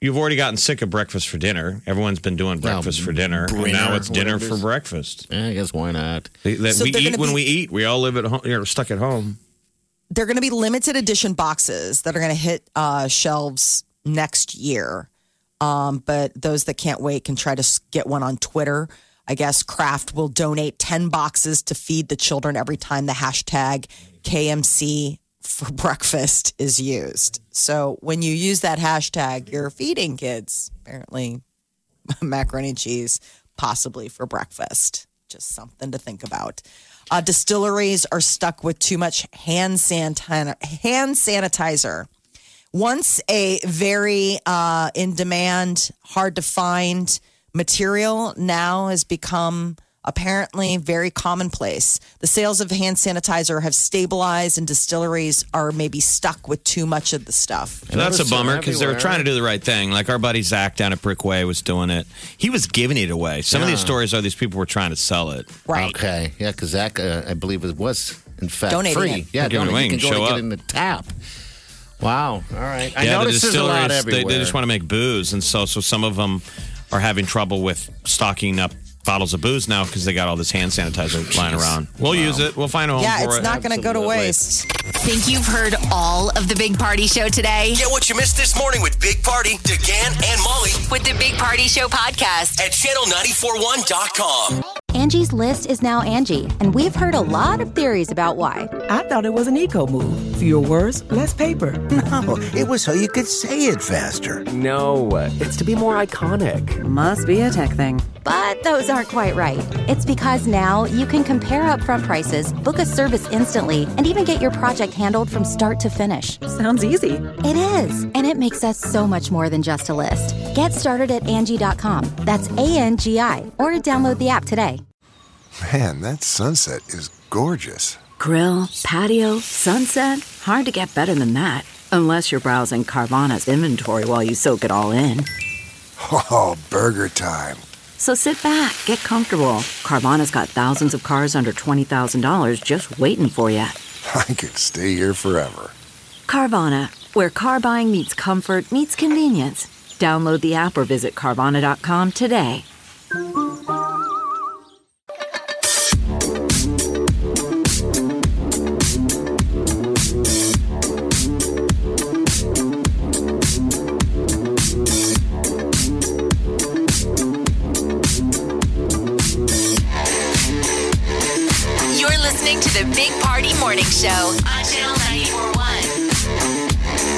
S5: you've already gotten sick of breakfast for dinner. Everyone's been doing breakfast for dinner, and now
S6: brinner,
S5: it's dinner
S6: whatever
S5: for
S6: it is.
S5: breakfast.
S6: Eh, I guess why not?
S5: They- That
S4: So
S5: we
S4: they're
S5: eat
S4: gonna
S5: when
S4: be-
S5: we eat. We all live at home. You're stuck at home.
S4: they're going to be limited edition boxes that are going to hit uh, shelves next year. Um, but those that can't wait can try to s- get one on Twitter. I guess Kraft will donate 10 boxes to feed the children every time the hashtag KMC for breakfast is used. So when you use that hashtag, you're feeding kids, apparently, macaroni and cheese, possibly for breakfast. Just something to think about. Uh, distilleries are stuck with too much hand, sanitizer. hand sanitizer. Once a very uh, in demand, hard to find material, now has become apparently very commonplace. The sales of hand sanitizer have stabilized, and distilleries are maybe stuck with too much of the stuff.
S5: So that's
S6: Notice
S5: a
S6: it
S5: bummer because they were
S6: everywhere.
S5: trying to do the right thing. Like our buddy Zach down at Brickway was doing it. He was giving it away. Some of these stories are these people were trying to sell it.
S4: Right.
S6: Okay. Yeah, because that, uh, I believe it was, in fact,
S4: Donating
S6: free.
S4: it.
S6: Yeah,
S5: Give it
S6: donate.
S5: away
S6: you can
S5: and
S6: go
S5: show
S6: and get
S5: up.
S6: it in the tap. Wow. All right. I
S5: yeah, the
S6: noticed there's a lot
S5: distilleries they,
S6: everywhere.
S5: they just want to make booze, and so so some of them are having trouble with stocking up bottles of booze now because they got all this hand sanitizer lying around. We'll use it. We'll find a home
S4: Yeah,
S5: for
S4: it's
S5: it.
S4: not going to go to
S6: Absolutely.
S4: waste.
S3: Think you've heard all of the Big Party Show today?
S2: Get what you missed this morning with Big Party, DeGan, and Molly
S3: With the Big Party Show podcast.
S2: at channel941.com.
S9: Angie's list is now Angie, and we've heard a lot of theories about why.
S10: I thought it was an eco move. Fewer words, less paper.
S11: It was so you could say it faster.
S12: No, it's to be more iconic.
S10: Must be a tech thing.
S9: But those aren't quite right. It's because now you can compare upfront prices, book a service instantly, and even get your project handled from start to finish.
S10: Sounds easy.
S9: It is, and it makes us so much more than just a list. Get started at Angie.com. That's A N G I, or download the app today.
S11: Man, that sunset is gorgeous.
S10: Grill, patio, sunset. Hard to get better than that. Unless you're browsing Carvana's inventory while you soak it all in.
S11: Oh, burger time.
S10: So sit back, get comfortable. Carvana's got thousands of cars under $20,000 just waiting for you.
S11: I could stay here forever.
S10: Carvana, where car buying meets comfort, meets convenience. Download the app or visit Carvana.com today.
S3: You're listening to the Big Party Morning Show on Channel 941.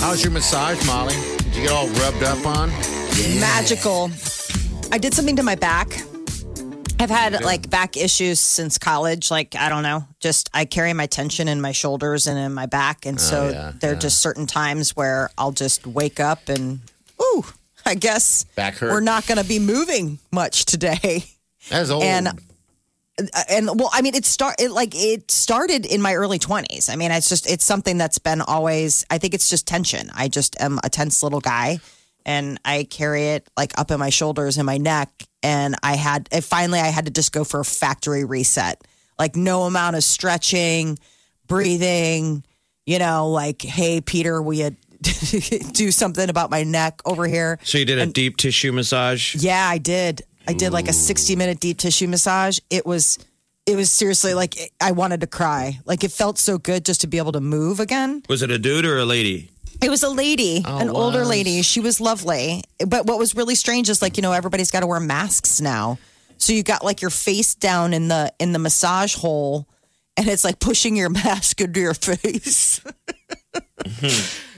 S6: How's your massage, Molly? Did you get all rubbed up on?
S4: magical. I did something to my back. I've had like back issues since college. Like, I don't know, just I carry my tension in my shoulders and in my back. And so
S6: Oh, yeah,
S4: there are just certain times where I'll just wake up and, ooh, I guess
S6: Back hurt.
S4: we're not going to be moving much today.
S6: That's old.
S4: And uh, and well, I mean, it start it like it started in my early twenties. I mean, it's just it's something that's been always. I think it's just tension. I just am a tense little guy, and I carry it like up in my shoulders and my neck. And I had and finally, I had to just go for a factory reset. Like no amount of stretching, breathing. You know, like hey, Peter, will you do something about my neck over here?
S5: So you did a deep tissue massage.
S4: Yeah, I did. I did like a 60 minute deep tissue massage. It was it was seriously like I wanted to cry. Like it felt so good just to be able to move again.
S5: Was it a dude or a lady?
S4: It was a lady,
S13: Oh,
S4: an older
S13: was.
S4: lady. She was lovely. But what was really strange is like, you know, everybody's got to wear masks now. So you got like your face down in the in the massage hole and it's like pushing your mask into your face.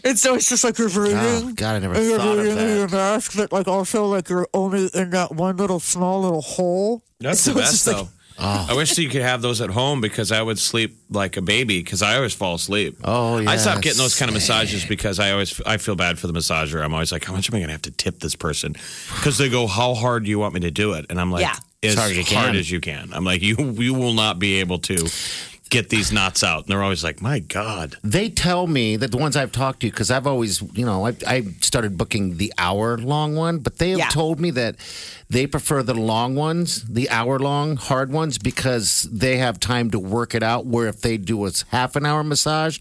S4: and so it's just like you're breathing.
S6: Ah, God, I never
S4: and you're
S6: thought of
S4: breathing
S6: that.
S4: in Your mask, but like also like you're only in that one little small little hole.
S5: That's
S4: So
S5: the
S4: it's
S5: best
S4: just like-
S5: though. I wish that you could have those at home because I would sleep like a baby because I always fall asleep. Oh I stopped getting those kind of massages because I always I feel bad for the massager. I'm always like, how much am I going to have to tip this person? Because they go, how hard do you want me to do it? And I'm like,
S4: Yeah.
S6: As
S5: as hard,
S6: hard
S5: as
S6: as
S5: you,
S6: you
S5: can.
S6: can.
S5: I'm like, you you will not be able to get these knots out. And they're always like, my God.
S6: They tell me that the ones I've talked to, because I've always, you know, I, I started booking the hour long one, but they have
S4: Yeah.
S6: told me that they prefer the long ones, the hour long hard ones, because they have time to work it out. Where if they do a half an hour massage,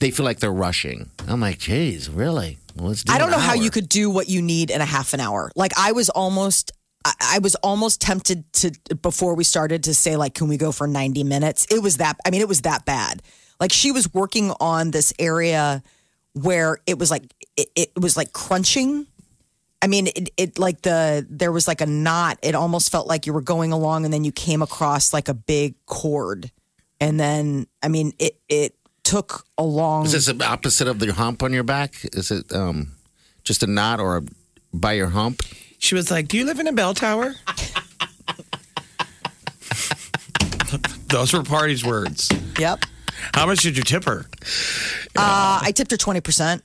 S6: they feel like they're rushing. I'm like, geez, really? Well, let's do
S4: I don't know
S6: an
S4: how
S6: hour."
S4: you could do what you need in a half an hour. Like I was almost I- I was almost tempted to before we started to say like can we go for 90 minutes? It was that I mean it was that bad. Like she was working on this area where it was like it, it was like crunching. I mean it, it like the there was like a knot. It almost felt like you were going along and then you came across like a big cord. And then I mean it it took a long
S6: Is this the opposite of the hump on your back? Is it um, just a knot or a, by your hump?
S5: She was like, do you live in a bell tower? Those were party's words.
S4: Yep.
S5: How much did you tip her?
S4: Uh, I tipped her twenty percent.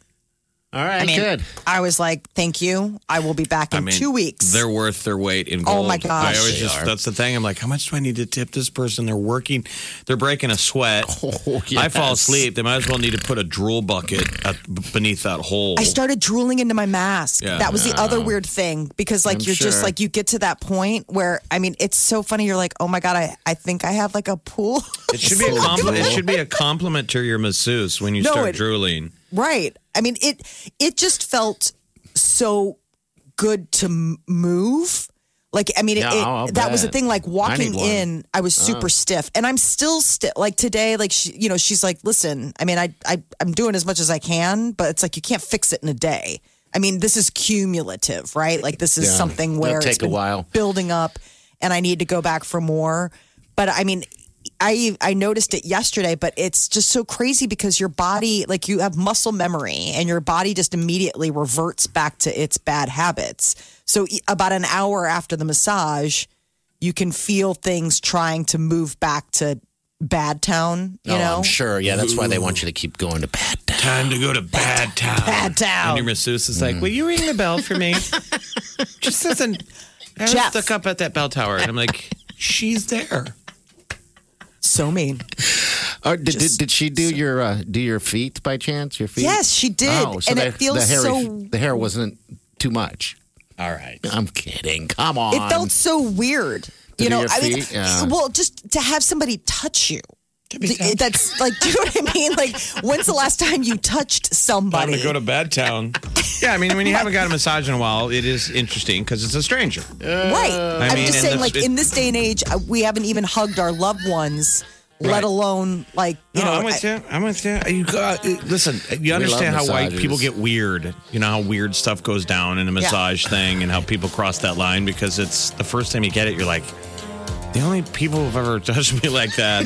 S6: All right,
S4: I mean,
S5: good.
S4: I was like, "Thank you. I will be back in two weeks."
S5: They're worth their weight in gold.
S4: Oh, my
S5: I
S4: gosh.
S5: always
S4: They
S5: just
S4: are.
S5: that's the thing. I'm like, how much do I need to tip this person? They're working, they're breaking a sweat.
S4: Oh,
S6: Oh,
S5: I fall
S6: yes.
S5: asleep. They might as well need to put a drool bucket at, beneath that hole.
S4: I started drooling into my mask.
S5: Yeah.
S4: that was the
S5: Yeah.
S4: other weird thing because, like,
S5: I'm
S4: you're just
S5: sure.
S4: like you get to that point where I mean, it's so funny. You're like, "Oh my god, I I think I have like a pool."
S5: It should be a compliment. It should be a compliment to your masseuse when you
S4: No,
S5: start
S4: it-
S5: drooling.
S4: Right. I mean, it it just felt so good to m- move. Like, I mean, it,
S6: Yeah,
S4: it-
S6: I'll
S4: that was the
S6: bet.
S4: thing. Like
S6: I
S4: walking
S6: need one.
S4: in, I was super
S6: Oh.
S4: stiff, and I'm still stiff. Like today, like she, you know, she's like, "Listen, I mean, I, I I'm doing as much as I can, but it's like you can't fix it in a day. I mean, this is cumulative, right? Like this is
S6: Yeah.
S4: something
S6: It'll
S4: where it's
S6: take a
S4: been
S6: while.
S4: building up, and I need to go back for more. But I mean, I I noticed it yesterday, but it's just so crazy because your body, like you have muscle memory, and your body just immediately reverts back to its bad habits. So e- about an hour after the massage, you can feel things trying to move back to bad town. You
S6: oh,
S4: know,
S6: I'm sure. Yeah, that's why they want you to keep going to bed.
S5: Time to go to bad town.
S4: Bad Mm. town.
S5: And your masseuse is like, "Will you ring the bell for me?" Just doesn't. I was
S4: Jeff.
S5: stuck up at that bell tower, and I'm like, "She's there."
S4: so mean.
S6: Or Oh, did,
S4: Just-
S6: did, did she do your uh, do your feet by chance? Your feet?
S4: Yes, she did.
S6: Oh, so
S4: And
S6: the,
S4: it feels
S6: the hairy-
S4: so-
S6: The hair wasn't too much.
S5: All right,
S6: I'm kidding. Come on.
S4: It felt so weird.
S6: To
S4: you
S6: do
S4: know,
S6: your
S4: I mean,
S6: feet? Yeah.
S4: well, just to have somebody touch you. Th- That's like, do you know what I mean? Like, when's the last time you touched
S5: Time
S4: somebody?
S5: to go to bad town. yeah, I mean, when you haven't got a massage in a while, it is interesting because it's a stranger.
S4: right.
S5: I
S4: I'm
S5: mean,
S4: just
S5: and
S4: saying,
S5: the-
S4: like,
S5: it-
S4: in this day and age, uh, we haven't even hugged our loved ones, let
S5: Right.
S4: alone, like, you
S5: no,
S4: know.
S5: Oh, I'm with
S4: I-
S5: you. I'm with you. You got uh, listen. You
S6: We
S5: understand how
S6: love
S5: white
S6: massages.
S5: people get weird. You know how weird stuff goes down in a massage thing, and how people cross that line because it's the first time you get it. You're like, the only people who've ever touched me like that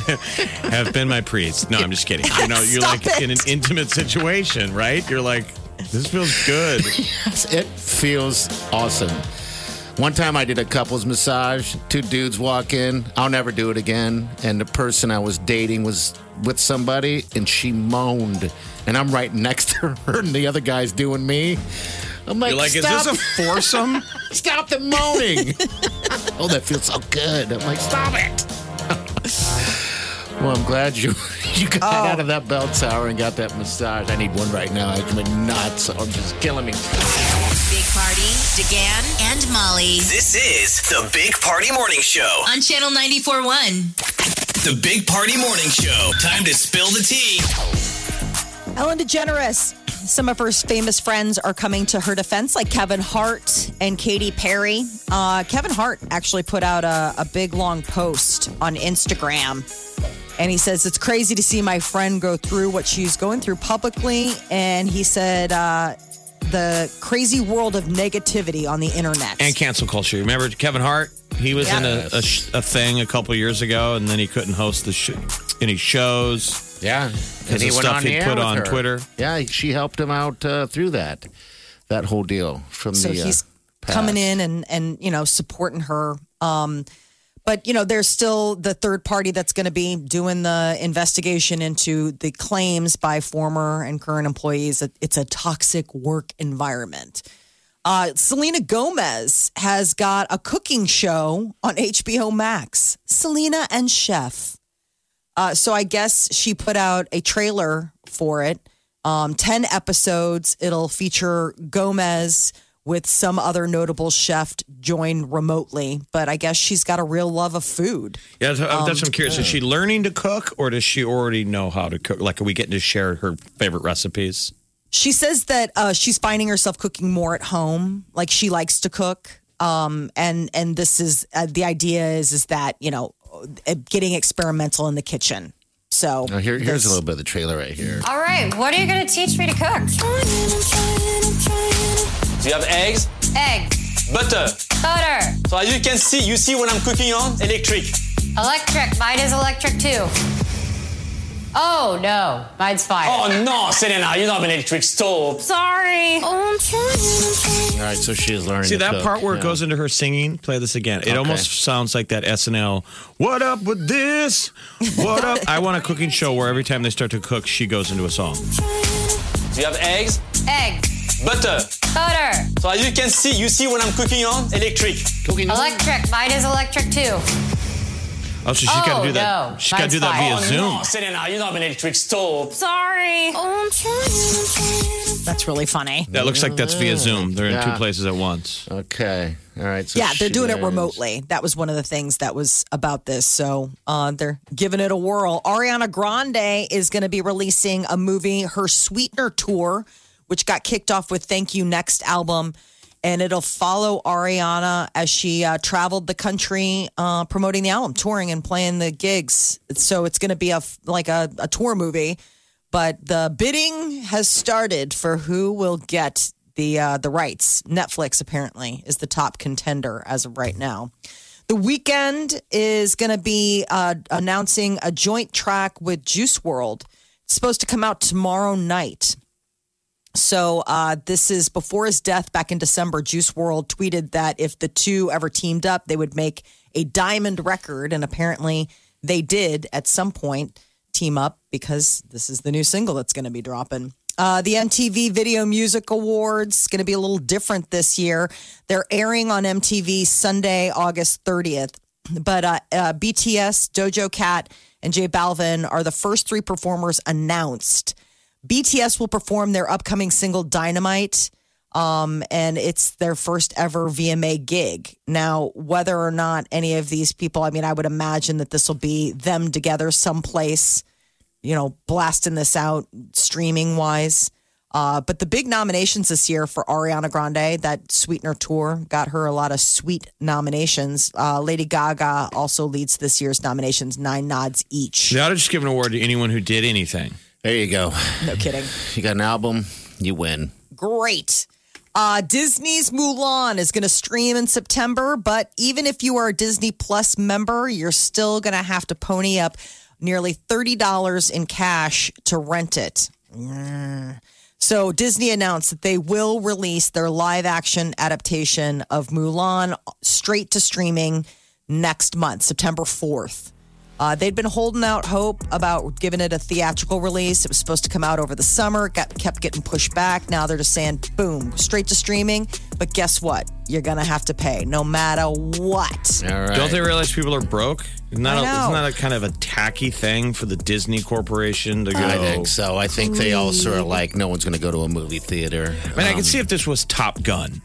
S5: have been my priests. No, I'm just kidding. You know, you're
S6: Stop
S5: like in an intimate situation, right? You're like, this feels good.
S6: It feels awesome. One time I did a couples massage. Two dudes walk in. I'll never do it again. And the person I was dating was with somebody and she moaned. And I'm right next to her and the other guy's doing me. I'm like,
S5: You're like, is
S6: stop,
S5: this a foursome?
S6: stop the moaning. oh, that feels so good. I'm like, stop it. well, I'm glad you you got
S4: Oh.
S6: out of that bell tower and got that massage. I need one right now. I'm nuts. I'm just killing me.
S3: Big Party, DeGan, and Molly
S2: This is the Big Party Morning Show.
S3: on Channel 94.1.
S2: The Big Party Morning Show. Time to spill the tea.
S4: Ellen DeGeneres. Some of her famous friends are coming to her defense, like Kevin Hart and Katy Perry. Uh, Kevin Hart actually put out a, a big long post on Instagram And he says, It's crazy to see my friend go through what she's going through publicly. And he said, uh, The crazy world of negativity on the internet.
S5: And cancel culture. Remember Kevin Hart? He was in a, a, sh- a thing a couple years ago, and then he couldn't host the sh- any shows.
S6: Yeah,
S5: because of stuff he
S6: air
S5: put
S6: with
S5: on
S6: her.
S5: Twitter.
S6: Yeah, she helped him out uh, through that that whole deal from
S4: so
S6: the. uh,
S4: he's
S6: past.
S4: coming in and and you know supporting her um but you know there's still the third party that's going to be doing the investigation into the claims by former and current employees that it's a toxic work environment uh, Selena Gomez has got a cooking show on HBO Max, Selena and Chef. Uh, so I guess she put out a trailer for it. Um, 10 episodes. It'll feature Gomez with some other notable chef join remotely. But I guess she's got a real love of food.
S5: Yeah, that's, uh,
S4: Um,
S5: that's what I'm curious. Is she learning to cook, or does she already know how to cook? Like, are we getting to share her favorite recipes?
S4: She says that uh, she's finding herself cooking more at home. Like she likes to cook, um, and and this is uh, the idea is is that you know uh, getting experimental in the kitchen. So
S6: Now, here, here's a little bit of the trailer right here.
S13: All right, what are you going to teach me to cook?
S14: Do you have eggs?
S13: Egg,
S14: Butter.
S13: butter,
S14: So as you can see, you see when I'm cooking on electric.
S13: electric. Mine is electric too. Oh no, mine's fire.
S14: Oh no, Selena, you don't have an electric stove.
S13: Sorry.
S6: All right, so she is learning.
S5: See
S6: to
S5: that
S6: cook,
S5: part where
S6: yeah.
S5: it goes into her singing? Play this again. It
S6: Okay.
S5: almost sounds like that SNL. What up with this? What up? I want a cooking show where every time they start to cook, she goes into a song.
S14: Do you have eggs?
S13: Egg,
S14: Butter.
S13: butter,
S14: So as you can see, you see when I'm cooking on electric. Cooking
S3: Oh.
S13: electric. Mine is electric too.
S5: Oh, so she's got to
S13: Oh,
S5: do that.
S13: no.
S5: She's got to do that via
S14: oh,
S5: Zoom.
S14: No, Selena, you don't have an electric stove.
S13: Sorry.
S4: That's really funny.
S5: That looks like that's via Zoom. They're in
S6: Mm. Yeah.
S5: two places at once.
S6: Okay. All right. So
S4: yeah, they're
S6: she
S4: doing it
S6: learns.
S4: remotely. That was one of the things that was about this. So uh, they're giving it a whirl. Ariana Grande is going to be releasing a movie, her Sweetener tour, which got kicked off with Thank You Next album. And it'll follow Ariana as she uh, traveled the country uh, promoting the album, touring and playing the gigs. So it's going to be a f- like a, a tour movie, but the bidding has started for who will get the uh, the rights. Netflix apparently is the top contender as of right now. The weekend is going to be uh, announcing a joint track with Juice World. It's supposed to come out tomorrow night. So uh, this is before his death back in December. Juice World tweeted that if the two ever teamed up, they would make a diamond record, and apparently they did at some point team up because this is the new single that's going to be dropping. Uh, the MTV Video Music Awards going to be a little different this year. They're airing on MTV Sunday, August 30th. But uh, uh, BTS, Dojo Cat, and J Balvin are the first three performers announced. BTS will perform their upcoming single Dynamite. Um, and it's their first ever VMA gig. Now, whether or not any of these people, I mean, I would imagine that this will be them together someplace, you know, blasting this out streaming wise. Uh, but the big nominations this year for Ariana Grande, that Sweetener tour got her a lot of sweet nominations. Uh, Lady Gaga also leads this year's nominations, nine nods each.
S5: They ought to just give an award to anyone who did anything.
S6: There you go.
S4: No kidding.
S6: You got an album, you win.
S4: great. Uh, Disney's Mulan is going to stream in September, but even if you are a Disney Plus member, you're still going to have to pony up nearly $30 in cash to rent it. Mm. So Disney announced that they will release their live action adaptation of Mulan straight to streaming next month, September 4th. Uh, they'd been holding out hope about giving it a theatrical release. It was supposed to come out over the summer, got kept getting pushed back. Now they're just saying, boom, straight to streaming. But guess what? You're gonna have to pay, no matter what.
S6: All right.
S5: Don't they realize people are broke? Isn't that,
S4: I
S5: a,
S4: know.
S5: isn't that a kind of a tacky thing for the Disney Corporation to go?
S6: I think so. I think they also are like, no one's going to go to a movie theater. Um,
S5: I mean, I can see if this was Top Gun,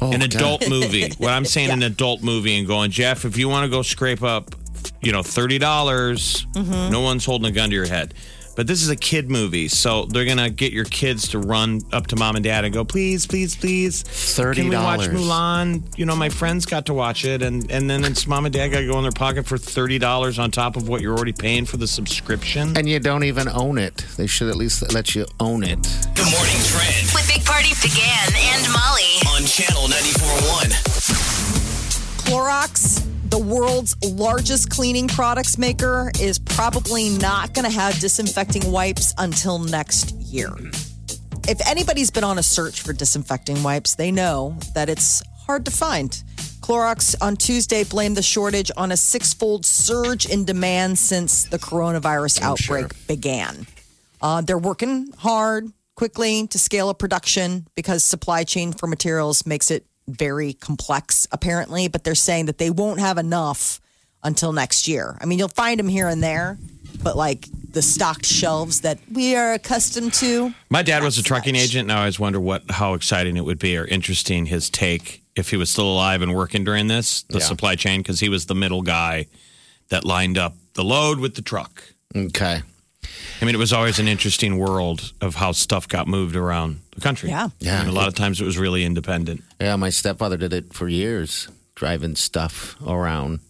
S5: an
S6: God.
S5: adult movie. What I'm saying, an adult movie, and going, Jeff,
S4: Mm-hmm.
S5: if you want to go scrape up, you know, thirty dollars, no one's holding a gun to your head. But this is a kid movie, so they're gonna get your kids to run up to mom and dad and go, please, please, please.
S6: Thirty
S5: Can we watch
S6: dollars.
S5: Mulan? You know, my friends got to watch it, and and then it's mom and dad got to go in their pocket for thirty dollars on top of what you're already paying for the subscription.
S6: And you don't even own it. They should at least let you own it.
S3: With Big Party began and Molly
S2: on Channel 94.1.
S4: Clorox, the world's largest cleaning products maker, is probably not going to have disinfecting wipes until next year. If anybody's been on a search for disinfecting wipes, they know that it's hard to find. Clorox on Tuesday blamed the shortage on a six fold surge in demand since the coronavirus outbreak began. Uh, they're working hard, quickly to scale up production because supply chain for materials makes it very complex, apparently. But they're saying that they won't have enough until next year. I mean, you'll find them here and there, but like the stocked shelves that we are accustomed to.
S5: My dad was a trucking agent, and I always wonder what how exciting it would be or interesting his take if he was still alive and working during this the
S6: Yeah.
S5: supply chain because he was the middle guy that lined up the load with the truck.
S6: Okay.
S5: I mean, it was always an interesting world of how stuff got moved around the country.
S4: Yeah.
S5: I mean, a lot of times it was really independent.
S6: Yeah, my stepfather did it for years, driving stuff around.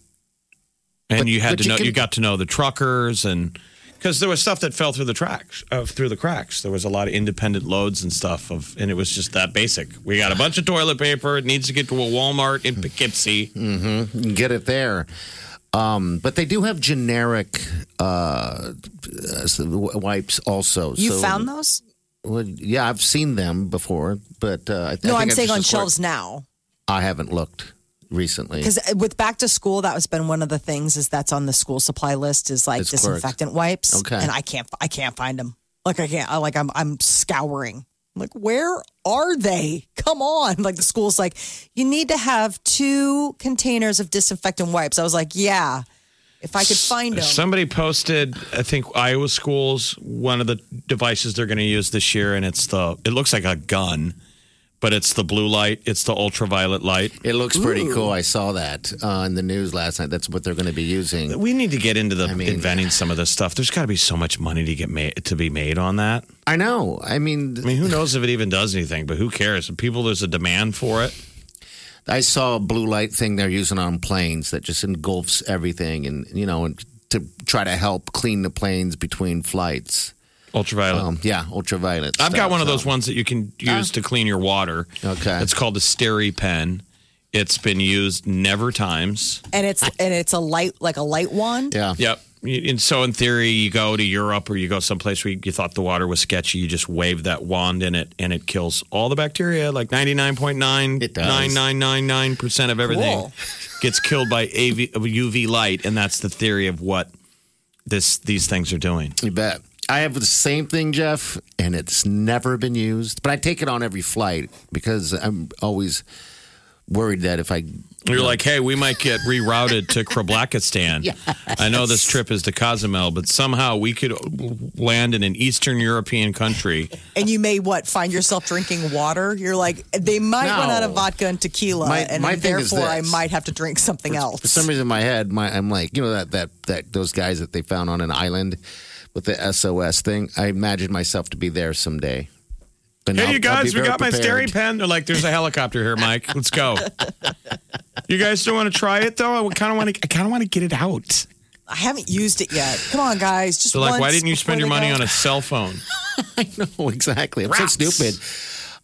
S5: and
S6: But-
S5: you had
S6: but
S5: to know
S6: can-
S5: you got to know the truckers and because there was stuff that fell through the tracks uh, through the cracks there was a lot of independent loads and stuff of and it was just that basic we got a bunch of toilet paper it needs to get to a walmart in poughkeepsie
S6: Mm-hmm. You can get it there. Um, but they do have generic uh, s- wipes also.
S4: You
S6: so-
S4: found those?
S6: Well, yeah, I've seen them before, but uh, I, I
S4: No,
S6: think
S4: I'm
S6: I've
S4: saying
S6: just
S4: on
S6: explored-
S4: shelves now.
S6: I haven't looked recently.
S4: Because uh, with back to school, that has been one of the things is that's on the school supply list is like
S6: It's clerked.
S4: disinfectant wipes.
S6: Okay.
S4: And I can't, I can't find them. Like I can't, I like I'm, I'm scouring. I'm like, where are they? Come on. Like the school's like, you need to have two containers of disinfectant wipes. I was like, yeah, if I could find them.
S5: Somebody posted, I think Iowa schools one of the devices they're going to use this year, and it's the it looks like a gun, but it's the blue light, it's the ultraviolet light.
S6: It looks pretty cool. I saw that uh, in the news last night. That's what they're going to be using.
S5: We need to get into the inventing some of this stuff. There's got to be so much money to get made to be made on that.
S6: I know. I mean,
S5: I mean, who knows if it even does anything? But who cares? If people, there's a demand for it.
S6: I saw a blue light thing they're using on planes that just engulfs everything, and you know, and to try to help clean the planes between flights.
S5: Ultraviolet.
S6: Um, yeah, ultraviolet.
S5: I've got
S6: stuff,
S5: one of
S6: so.
S5: those ones that you can use to clean your water. Okay, it's called a Steri Pen. It's been used never times.
S4: and it's, and it's a light, like a light wand.
S6: Yeah.
S5: Yep. And so, in theory, you go to Europe or you go someplace where you thought the water was sketchy. You just wave that wand in it, and it kills all the bacteria. Like ninety nine point nine nine nine nine nine percent of everything
S6: Cool.
S5: gets killed by AV, UV light, and that's the theory of what this these things are doing.
S6: You bet. I have the same thing, Jeff, and it's never been used. But I take it on every flight because I'm always worried that if I
S5: You're like, hey, we might get rerouted to Krablakistan. I know this trip is to Cozumel, but somehow we could land in an Eastern European country.
S4: And you may what find yourself drinking water. You're like they might
S6: No.
S4: run out of vodka and tequila,
S6: My-
S4: and
S6: my thing is
S4: therefore I
S6: this.
S4: might have to drink something else.
S6: For some reason, in my head, my I'm like, you know that that that those guys that they found on an island with the SOS thing. I imagine myself to be there someday. And
S5: Hey,
S6: I'll-
S5: you
S6: I'll
S5: guys,
S6: be
S5: we
S6: very
S5: got my
S6: prepared.
S5: Steri pen. They're like, there's a helicopter here, Mike. Let's go. you guys don't want to try it though. I kind of want to. I kind of want to get it out.
S4: I haven't used it yet. Come on, guys. Just
S5: They're like, why
S4: once
S5: didn't you spend your
S4: before
S5: money
S4: they
S5: on
S4: go."
S5: a cell phone?
S6: I know exactly. I'm so stupid.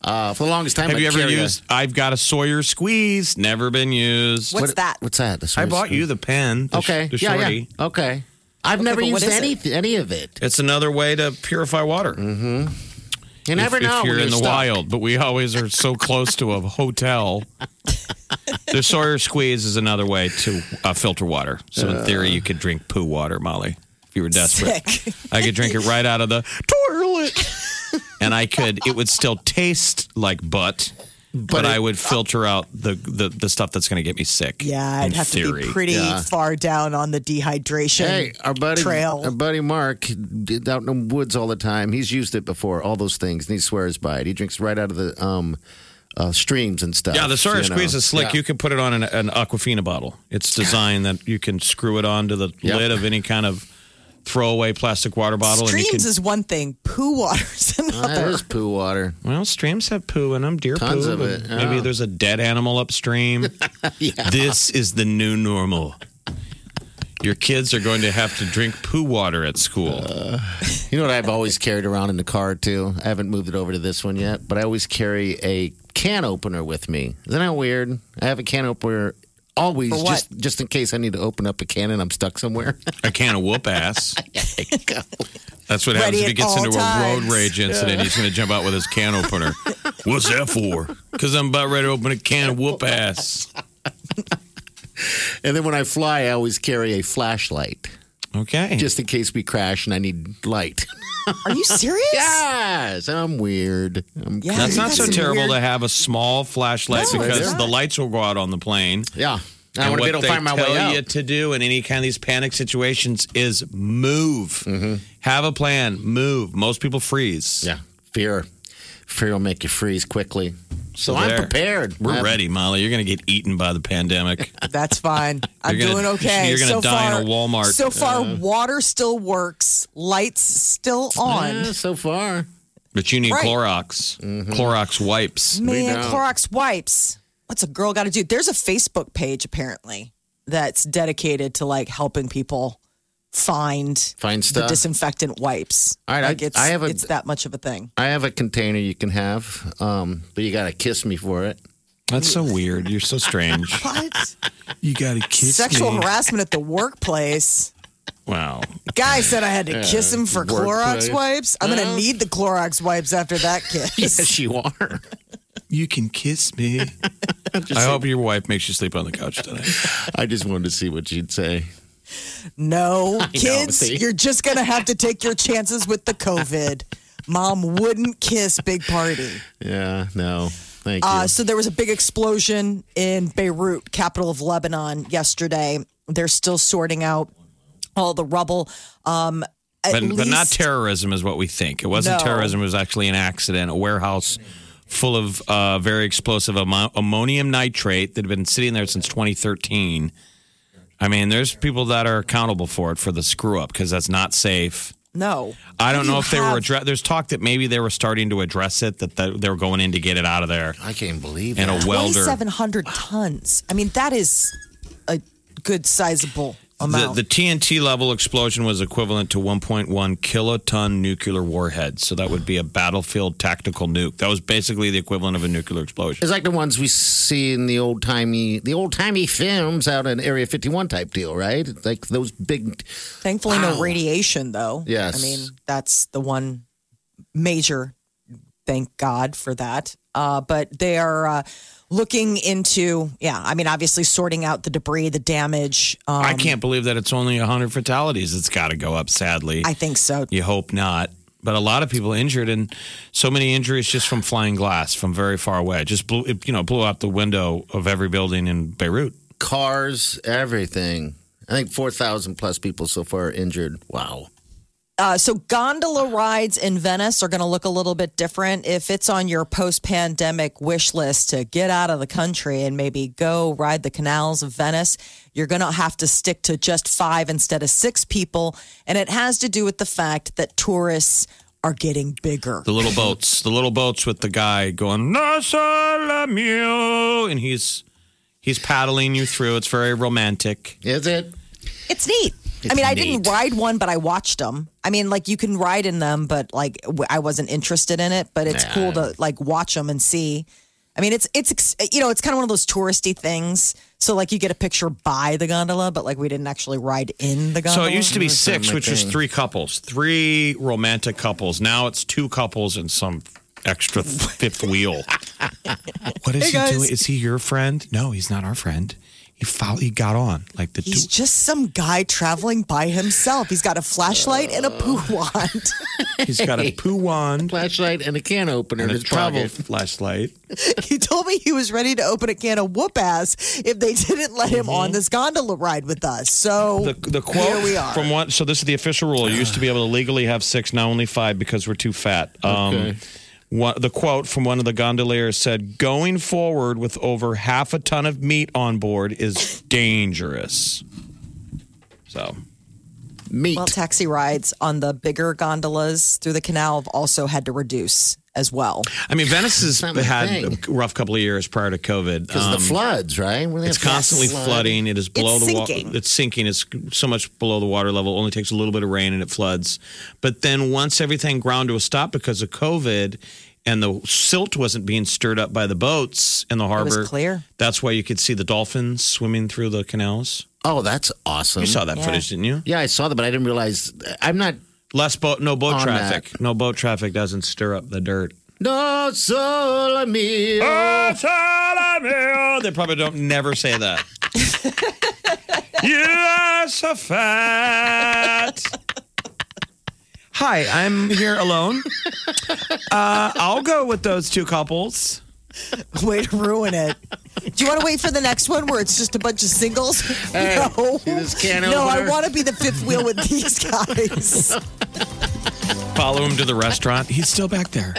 S6: Uh, for the longest time,
S5: Have
S6: I'd
S5: you ever
S6: carry a-
S5: used? I've got a Sawyer squeeze. Never been used.
S4: What's that?
S6: What's that? The
S5: I
S6: Sawyer
S5: bought
S6: squeeze?
S5: you the pen. the sh-
S6: Okay.
S5: the
S6: yeah,
S5: shorty.
S6: yeah. Okay. I've
S4: Okay,
S6: never
S4: but what
S6: used
S4: is
S6: any
S4: it?
S6: any of it.
S5: It's another way to purify water. Mm-hmm.
S6: You never
S5: if,
S6: know
S5: if
S6: when
S5: you're in
S6: you're
S5: the
S6: stuck.
S5: wild, but we always are so close to a hotel. the Sawyer squeeze is another way to uh, filter water. So in theory, you could drink poo water, Molly, if you were desperate.
S4: Sick.
S5: I could drink it right out of the
S4: toilet.
S5: and I could. It would still taste like butt, but, I would filter out the the, the stuff that's going to get me sick.
S4: Yeah, I'd
S5: in
S4: have to
S5: theory.
S4: be pretty far down on the dehydration
S6: Hey, our buddy,
S4: trail.
S6: our buddy Mark, did out in the woods all the time. He's used it before, all those things, and he swears by it. He drinks right out of the um, uh, streams and stuff.
S5: Yeah, the Sawyer
S6: you know.
S5: squeeze is
S6: Yeah.
S5: slick. You can put it on an, an Aquafina bottle. It's designed that you can screw it onto the
S6: Yep.
S5: lid of any kind of throwaway plastic water bottle.
S4: Streams
S5: and you can,
S4: is one thing, poo water's another.
S6: That is poo water.
S5: Well, streams have poo in them, deer
S6: Tons
S5: poo.
S6: of
S5: and
S6: it,
S5: Maybe
S6: yeah.
S5: there's a dead animal upstream. This is the new normal. Your kids are going to have to drink poo water at school.
S6: Uh, You know what I've always carried around in the car too? I haven't moved it over to this one yet, but I always carry a can opener with me. Isn't that weird? I have a can opener always
S4: For what?
S6: just just in case I need to open up a can and I'm stuck somewhere.
S5: a can of whoop ass. That's what
S6: Ready
S5: happens if he
S6: at
S5: gets
S6: all
S5: into a road
S6: times.
S5: rage incident.
S6: Yeah.
S5: He's going to jump out with his can opener. What's that for? Because I'm about ready to open a can of whoop ass.
S6: And then when I fly, I always carry a flashlight.
S5: Okay.
S6: Just in case we crash and I need light.
S4: Are you serious?
S6: yes, I'm weird. I'm
S4: Yeah,
S5: That's
S6: crazy.
S5: not so terrible to have a small flashlight
S6: No, it's
S5: because
S6: not.
S5: the lights will go out on the plane.
S6: Yeah. I
S5: And
S6: wanna be
S5: what
S6: able to
S5: they
S6: find my way
S5: tell
S6: out.
S5: you to do in any kind of these panic situations is move. Have a plan. Move. Most people freeze.
S6: Mm-hmm. Yeah. Fear. Fear will make you freeze quickly. So I'm prepared.
S5: We're
S6: I'm-
S5: ready, Molly. You're going to get eaten by the pandemic.
S4: That's fine. I'm
S5: You're gonna-
S4: doing okay.
S5: you're gonna
S4: so
S5: die
S4: far,
S5: in a Walmart.
S4: So far,
S5: Uh.
S4: water still works. Lights still on.
S6: Yeah, so far.
S5: But you need
S4: Right.
S5: Clorox. Clorox wipes.
S4: Man, Clorox wipes. What's a girl got to do? There's a Facebook page apparently that's dedicated to like helping people find
S6: Find
S4: the
S6: stuff.
S4: disinfectant wipes.
S6: All right, I-
S4: like it's,
S6: I have a-
S4: it's that much of a thing.
S6: I have a container you can have, um, but you got to kiss me for it.
S5: That's so weird. You're so strange.
S4: What?
S5: You got to
S4: Sexual harassment at the workplace.
S5: Wow.
S4: Guy said I had to
S6: Yeah,
S4: kiss him for
S6: workplace.
S4: Clorox wipes. I'm
S6: Yeah.
S4: gonna need the Clorox wipes after that kiss.
S6: Yes, you are.
S5: You can kiss me. I hope your wife makes you sleep on the couch tonight.
S6: I just wanted to see what you'd say.
S4: No,
S6: know,
S4: kids,
S6: see?
S4: you're just going to have to take your chances with the COVID. Mom wouldn't kiss big party.
S6: Yeah, no, thank you.
S4: Uh, so there was a big explosion in Beirut, capital of Lebanon, yesterday. They're still sorting out all the rubble. Um, at
S5: But, but not
S4: least-
S5: terrorism is what we think. It wasn't
S4: No.
S5: terrorism. It was actually an accident, a warehouse full of uh, very explosive ammo- ammonium nitrate that had been sitting there since 2013. I mean, there's people that are accountable for it for the screw up because that's not safe.
S4: No.
S5: I don't
S4: You
S5: know if they were
S4: have-
S5: address. There's talk that maybe they were starting to address it, that th- they were going in to get it out of there.
S6: I can't believe
S5: And a welder.
S4: 2,700 tons. I mean, that is a good sizable
S5: The,
S4: amount.
S5: the TNT level explosion was equivalent to 1.1 kiloton nuclear warhead. So that would be a battlefield tactical nuke. That was basically the equivalent of a nuclear explosion.
S6: it's like the ones we see in the old timey, the old timey films out in Area 51 type deal, right? Like those big.
S4: Thankfully, no radiation, though.
S6: Yes.
S4: I mean, that's the one major, thank God for that. Uh, but they are uh, looking into, yeah, I mean, obviously sorting out the debris, the damage. Um,
S5: I can't believe that it's only 100 fatalities. It's got to go up, sadly.
S4: I think so.
S5: you hope not. But a lot of people injured, and so many injuries just from flying glass from very far away. It just blew, it, you know, blew out the window of every building in Beirut.
S6: Cars, everything. I think 4,000 plus people so far are injured. Wow.
S4: Uh, so gondola rides in Venice are going to look a little bit different. If it's on your post-pandemic wish list to get out of the country and maybe go ride the canals of Venice, you're going to have to stick to just five instead of six people, and it has to do with the fact that tourists are getting bigger.
S5: The little boats, the little boats with the guy going Nasalamio, and he's he's paddling you through. It's very romantic.
S6: Is it?
S4: It's neat. I
S5: It's
S4: mean, I
S5: neat.
S4: didn't ride one, but I watched them. I mean, like you can ride in them, but like w- I wasn't interested in it. But it's
S6: Nah.
S4: cool to like watch them and see. I mean, it's it's ex- you know, it's kind of one of those touristy things. So like you get a picture by the gondola, but like we didn't actually ride in the
S5: So
S4: gondola.
S5: it used to be six,
S6: my
S5: which was
S6: thing.
S5: three couples, three romantic couples. Now it's two couples and some extra th- fifth wheel. what is
S4: Hey,
S5: he
S4: guys.
S5: doing? Is he your friend? No, he's not our friend. He foul, he got on like the
S4: He's
S5: two.
S4: just some guy traveling by himself. He's got a flashlight and a poo wand.
S5: He's got a poo wand
S6: Flashlight and a can opener. in
S5: and a
S6: his
S5: travel
S6: pocket.
S5: flashlight.
S4: he told me he was ready to open a can of whoop ass if they didn't let him on this gondola ride with us. So
S5: Mm-hmm. The, the quote
S4: here we are.
S5: from what? So this is the official rule. You used to be able to legally have six, now only five because we're too fat. Um,
S6: Okay.
S5: one- the quote from one of the gondoliers said, "Going forward with over half a ton of meat on board is dangerous." So
S6: meat.
S4: Well, taxi rides on the bigger gondolas through the canal have also had to reduce as well.
S5: I mean, Venice has
S4: Not my
S5: had
S4: thing.
S5: a rough couple of years prior to COVID
S6: 'Cause of the floods, right? Where they
S5: It's
S6: have flash
S5: constantly
S6: Um, flood.
S5: flooding. It is below
S6: It's
S5: the water.
S6: sinking.
S5: It's sinking. It's so much below the water level. It only takes a little bit of rain and it floods. But then once everything ground to a stop because of COVID. And the silt wasn't being stirred up by the boats in the
S4: was
S5: harbor.
S4: clear.
S5: That's why you could see the dolphins swimming through the canals.
S6: Oh, that's awesome!
S5: You saw that footage, didn't you?
S6: Yeah, I saw that, but I didn't realize. I'm not
S5: less boat. No boat
S6: On
S5: traffic. No boat traffic doesn't stir up the dirt.
S6: No solo mio.
S5: Oh, they probably don't never say that. you are so fat. Hi, I'm here alone. Uh, I'll go with those two couples.
S4: Way to ruin it. Do you want to wait for the next one where it's just a bunch of singles?
S6: Hey,
S4: no.
S6: see this can
S4: no, I
S6: opener?
S4: want to be the fifth wheel with these guys.
S5: Follow him to the restaurant. He's still back there.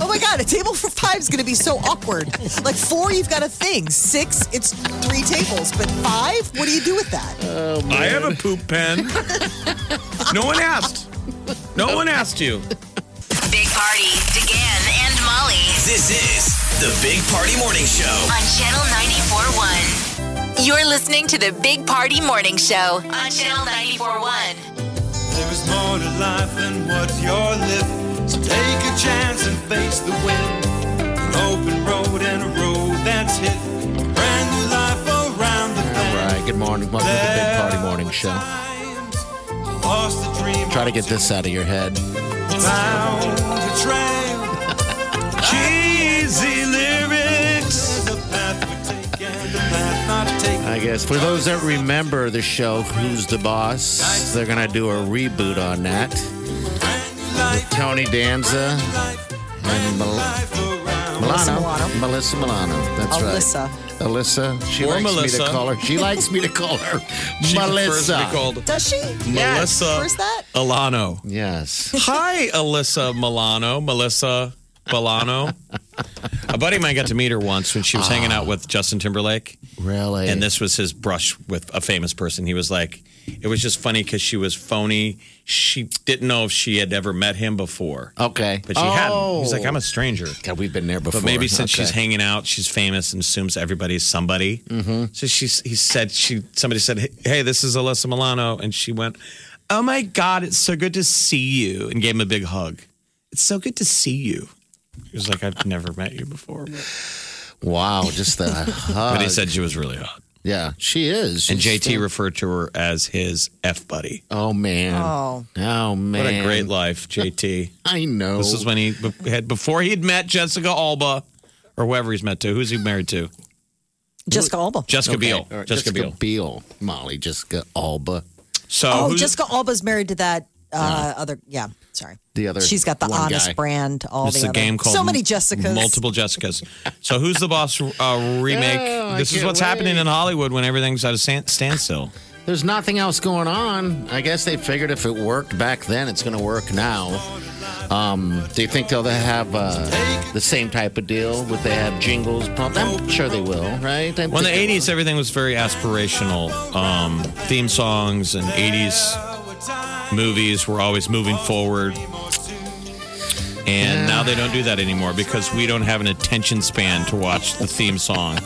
S4: Oh my God, a table for five is going to be so awkward. Like four, you've got a thing. Six, it's three tables. But five, what do you do with that?
S5: I have a poop pen. no one asked. No one asked you.
S3: Big Party, DeGan and Molly
S2: This is the Big Party Morning Show.
S3: on Channel 94.1. You're listening to the Big Party Morning Show on Channel 94.1.
S8: There is more to life than what you're living. So take a chance and face the wind. An open road and a road that's hit. Brand new life around the
S6: All
S8: bend.
S6: right. Good morning. Welcome to the Big Party Morning Show.
S8: Lost the dream.
S6: Try to get this out of your head.
S8: Found the trail. Cheesy lyrics. The path we take and the path not taken.
S6: I guess for those that remember the show Who's the Boss, they're gonna do a reboot on that. With Tony Danza and Mel-
S4: Melissa
S6: Milano,
S4: Milano.
S6: Melissa Milano. That's
S4: Alyssa.
S6: right. Alyssa. She
S5: Or
S6: likes me
S5: Melissa.
S6: to call her. She likes me to call her
S5: She prefers to
S6: Melissa.
S5: be called
S4: Does she?
S5: Melissa.
S4: Where's that?
S5: Alano.
S6: Yes.
S5: Hi, Alyssa Milano. Melissa Milano. A buddy of mine got to meet her once when she was hanging out with Justin Timberlake.
S6: Really?
S5: And this was his brush with a famous person. He was like, it was just funny because she was phony. She didn't know if she had ever met him before,
S6: Okay. Oh.
S5: but she hadn't. He's like, I'm a stranger.
S6: God, we've been there before.
S5: But maybe since
S6: Okay.
S5: she's hanging out, she's famous and assumes everybody's somebody. Mm-hmm. So she, he said, she, somebody said, "Hey, this is Alyssa Milano," and she went, "Oh my God, it's so good to see you," and gave him a big hug. It's so good to see you. He was like, "I've never met you before," but,
S6: Wow, just the hug.
S5: he said she was really hot.
S6: Yeah, she is.
S5: And
S6: She's
S5: JT referred to her as his f buddy.
S6: Oh man.
S4: Oh.
S6: Oh man.
S5: What a great life, JT.
S6: I know.
S5: This is when he be- had before he had met Jessica Alba or whoever he's met to. Who's he married to?
S4: Jessica Alba.
S5: Jessica
S6: Okay,
S5: Biel.
S6: all right,
S5: Jessica, Biel.
S6: Biel. Molly Jessica Alba.
S5: So
S4: Oh,
S5: who's-
S4: Jessica Alba's married to that uh, other. Yeah, sorry.
S6: The other.
S4: She's got the
S6: one
S4: honest
S6: guy.
S4: brand. All
S5: It's
S4: the
S5: a
S4: other.
S5: game called
S4: so many
S5: M-
S4: Jessicas.
S5: Multiple Jessicas. So who's the boss uh, remake?
S6: Oh, I
S5: this is
S6: can't
S5: what's happening
S6: wait.
S5: in Hollywood when everything's at a stand- standstill.
S6: There's nothing else going on. I guess they figured if it worked back then, it's going to work now. Um, do you think they'll have uh, the same type of deal? Would they have jingles? Pump? I'm sure they will, right? I
S5: Well,
S6: think
S5: in
S6: they
S5: the
S6: will.
S5: '80s, everything was very aspirational. Um, theme songs and '80s movies were always moving forward. And now they don't do that anymore because we don't have an attention span to watch the theme song.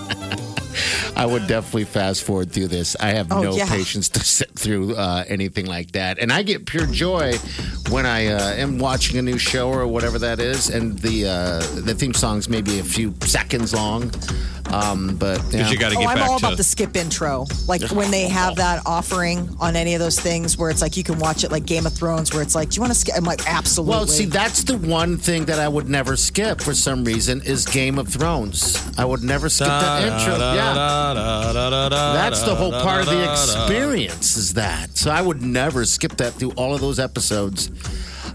S6: I would definitely fast forward through this. I have
S4: Oh,
S6: no
S4: yeah.
S6: patience to sit through uh, anything like that. And I get pure joy when I uh, am watching a new show or whatever that is, and the uh, the theme song's maybe a few seconds long. Um, but yeah.
S5: Because you got to
S4: Oh,
S5: get
S4: I'm
S5: back
S4: all
S5: to
S4: about the skip intro. Like when they have that offering on any of those things where it's like you can watch it like Game of Thrones where it's like, do you want to skip? I'm like, absolutely.
S6: Well, see, that's the one thing that I would never skip for some reason is Game of Thrones. I would never skip that intro. Yeah. That's the whole part of the experience, is that. So I would never skip that through all of those episodes.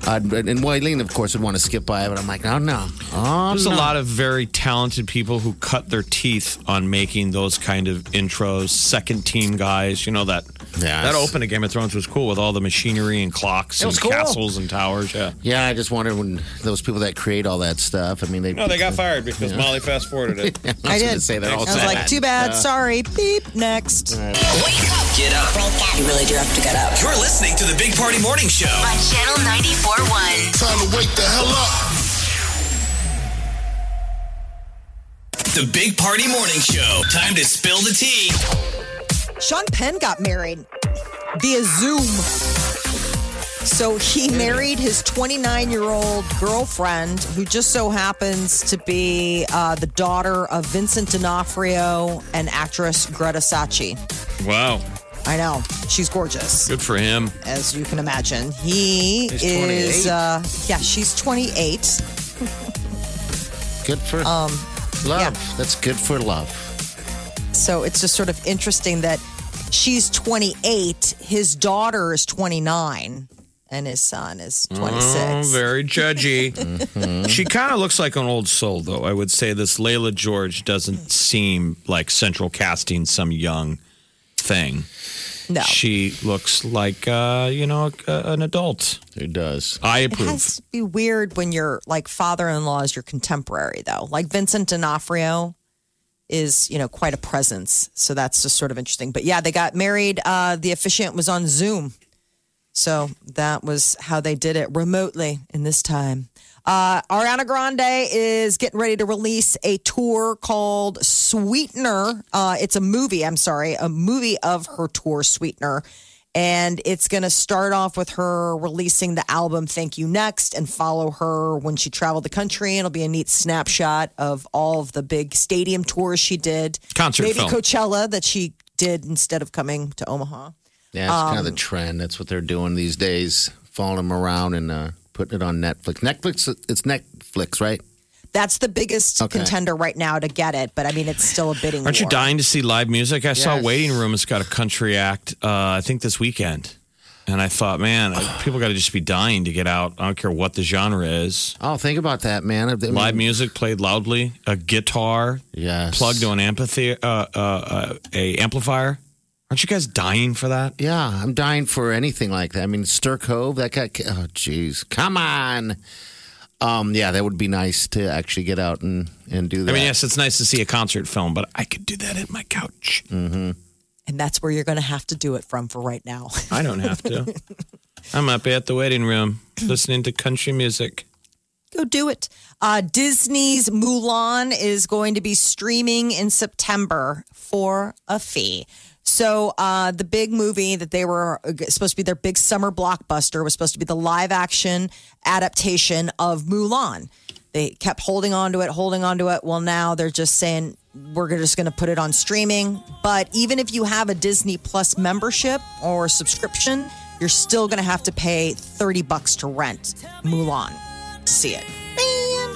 S6: Uh, and and Wileen, of course, would want to skip by, but I'm like, oh no. Oh,
S5: There's
S6: no.
S5: a lot of very talented people who cut their teeth on making those kind of intros. Second team guys, you know that.
S6: Yes.
S5: That open to Game of Thrones was cool with all the machinery and clocks
S6: It
S5: and
S6: was cool.
S5: castles and towers. Yeah.
S6: Yeah, I just wonder when those people that create all that stuff. I mean, they.
S5: fired because Molly fast forwarded it.
S6: I, was
S4: I
S6: gonna
S4: did.
S6: Say that
S4: I
S6: all
S4: was like, too bad. sorry. Beep. Next.
S3: Wake up,
S2: Get up.
S3: wake up,
S15: You really do have to get up.
S2: You're listening to the Big Party Morning Show.
S3: On Channel 94.1.
S2: Time to wake the hell up. The Big Party Morning Show. Time to spill the tea.
S4: Sean Penn got married via Zoom. So he married his 29 year old girlfriend, who just so happens to be uh, the daughter of Vincent D'Onofrio and actress Greta Sachi.
S5: Wow.
S4: I know. She's gorgeous.
S5: Good for him.
S4: as you can imagine. He
S5: He's
S4: is,
S5: 28.
S4: uh, yeah, she's 28.
S6: Good for um, love. That's good for love.
S4: So it's just sort of interesting that she's 28, his daughter is 29, and his son is 26.
S5: Oh, very judgy. She kind of looks like an old soul, though. I would say this Layla George doesn't seem like central casting some young thing.
S4: No.
S5: She looks like, uh, you know, uh, an adult. It does. I
S4: It
S5: approve.
S4: has to be weird when your like father-in-law is your contemporary though. Like Vincent D'Onofrio is, you know, quite a presence. So that's just sort of interesting. But yeah, they got married. Uh, the officiant was on Zoom. So that was how they did it remotely in this time. Uh, Ariana Grande is getting ready to release a tour called Sweetener. Uh, it's a movie, I'm sorry, a movie of her tour, Sweetener. And it's going to start off with her releasing the album Thank You Next and follow her when she traveled the country. It'll be a neat snapshot of all of the big stadium tours she did.
S6: Concert
S4: Maybe
S6: film.
S4: Coachella that she did instead of coming to Omaha.
S6: Yeah, it's kind of the
S4: Um,
S6: trend. That's what they're doing these days, following them around and uh, putting it on Netflix. Netflix, it's Netflix, right?
S4: That's the biggest
S6: Okay.
S4: contender right now to get it, but I mean, it's still a bidding
S5: Aren't you
S4: war.
S5: dying to see live music? I saw
S4: Yes.
S5: Waiting Room. It's got a country act, uh, I think this weekend. And I thought, man, people got to just be dying to get out. I don't care what the genre is.
S6: Oh, think about that, man. I mean-
S5: live music played loudly, a guitar
S6: yes.
S5: plugged to an amphitheater, uh, uh, uh, a amplifier. Aren't you guys dying for that?
S6: Yeah, I'm dying for anything like that. I mean, Stir Cove, that guy. Oh, jeez, come on. Um, yeah, that would be nice to actually get out and and do that.
S5: I mean, yes, it's nice to see a concert film, but I could do that at my couch.
S4: Mm.
S6: Mm-hmm.
S4: And that's where you're going to have to do it from for right now.
S5: I don't have to. I'm up at the waiting room listening to country music.
S4: Go do it. Uh, Disney's Mulan is going to be streaming in September for a fee. So, uh, the big movie that they were uh, supposed to be their big summer blockbuster was supposed to be the live action adaptation of Mulan. They kept holding on to it, holding on to it. Well, now they're just saying, we're just going to put it on streaming. But even if you have a Disney Plus membership or subscription, you're still going to have to pay 30 bucks to rent Mulan to see it.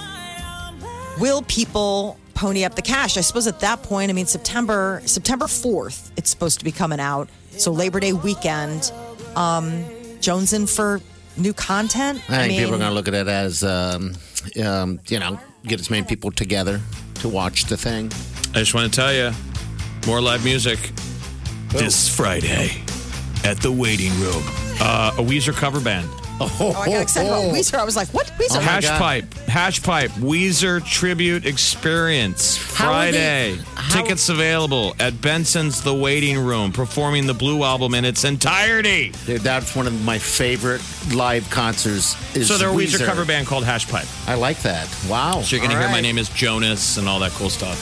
S4: Man. Will people pony up the cash? I suppose at that point, I mean September September 4th, it's supposed to be coming out. So Labor Day weekend, um Jonesing for new content.
S6: I think people are going to look at it as, um, um, you know, get as many people together to watch the thing.
S5: I just want to tell you more live music this Friday at the waiting room. Uh, a Weezer cover band.
S4: Oh, I got excited about Weezer. I was like, what? Weezer?
S5: hash pipe, hash pipe, Weezer tribute experience
S4: How are
S5: Friday. Tickets available at Benson's The Waiting Room, performing the Blue Album in its entirety.
S6: Dude, that's one of my favorite live concerts. Is
S5: so they're a Weezer,
S6: Weezer
S5: cover band called Hash Pipe.
S6: I like that. Wow.
S5: So you're gonna
S6: All
S5: hear my
S6: right.
S5: name is Jonas and all that cool stuff.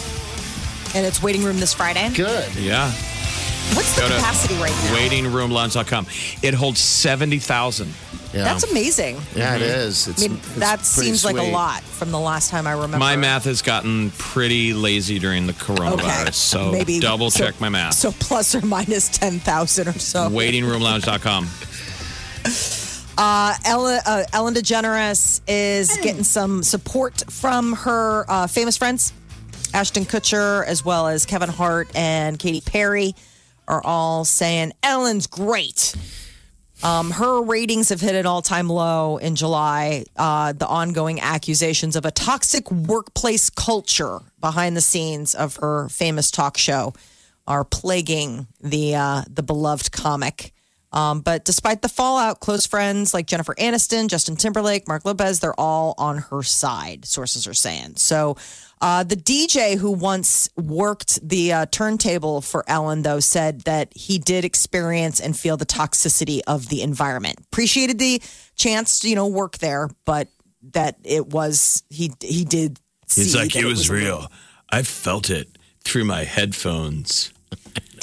S4: And it's waiting room this Friday.
S6: Good.
S5: Yeah.
S4: What's the
S5: Go to
S4: capacity right now?
S5: Waitingroomlunch.com. It holds seventy thousand.
S4: That's amazing.
S5: Yeah, it is.
S4: I
S5: It's-
S4: mean,
S5: it's
S4: that
S5: pretty
S4: seems like a
S5: sweet.
S4: lot from the last time I remember.
S5: My math has gotten pretty lazy during the coronavirus,
S4: Okay.
S5: so
S4: Maybe-
S5: double
S4: so-
S5: check my math.
S4: So plus or minus 10,000 or so.
S5: Waitingroomlounge.com.
S4: Uh, Ella, uh, Ellen DeGeneres is getting some support from her uh, famous friends, Ashton Kutcher, as well as Kevin Hart and Katy Perry, are all saying Ellen's great. Um, her ratings have hit an all time low in July. Uh, the ongoing accusations of a toxic workplace culture behind the scenes of her famous talk show are plaguing the uh, the beloved comic. Um, but despite the fallout, close friends like Jennifer Aniston, Justin Timberlake, Mark Lopez, they're all on her side, sources are saying. So uh, the DJ who once worked the uh, turntable for Ellen, though, said that he did experience and feel the toxicity of the environment. Appreciated the chance to, you know, work there, but that it was, he, he did.
S5: He's
S4: see
S5: like,
S4: that
S5: it was
S4: a little-
S5: real. I felt it through my headphones.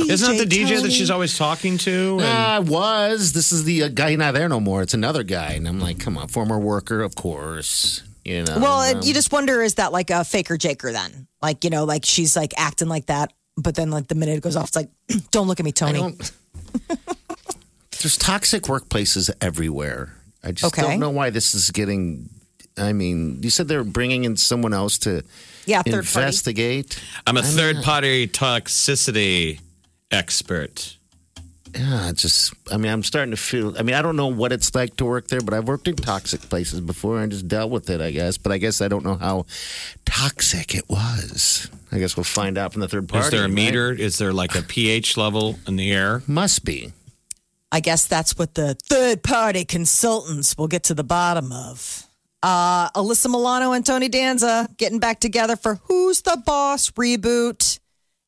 S5: Isn't that the DJ that she's always talking to?
S6: I was. This is the uh, guy not there no more. It's another guy, and I'm like, come on, former worker, of course. You know.
S4: well,
S6: um,
S4: and you just wonder is that like a faker Jaker then? Like, you know, like she's like acting like that, but then like the minute it goes off, it's like, don't look at me, Tony.
S6: there's toxic workplaces everywhere. I just
S4: Okay.
S6: don't know why this is getting. I mean, you said they're bringing in someone else to
S4: Yeah, third party.
S6: investigate.
S5: I'm a
S6: I mean, uh,
S5: third party toxicity expert.
S6: Yeah, it's Ah, just I mean, I'm starting to feel. I mean, I don't know what it's like to work there, but I've worked in toxic places before and just dealt with it, I guess. But I guess I don't know how toxic it was. I guess we'll find out from the third party.
S5: Is there a
S6: right?
S5: meter? Is there like a pH level in the air?
S6: Must be.
S4: I guess that's what the third party consultants will get to the bottom of. Uh, Alyssa Milano and Tony Danza getting back together for Who's the Boss reboot.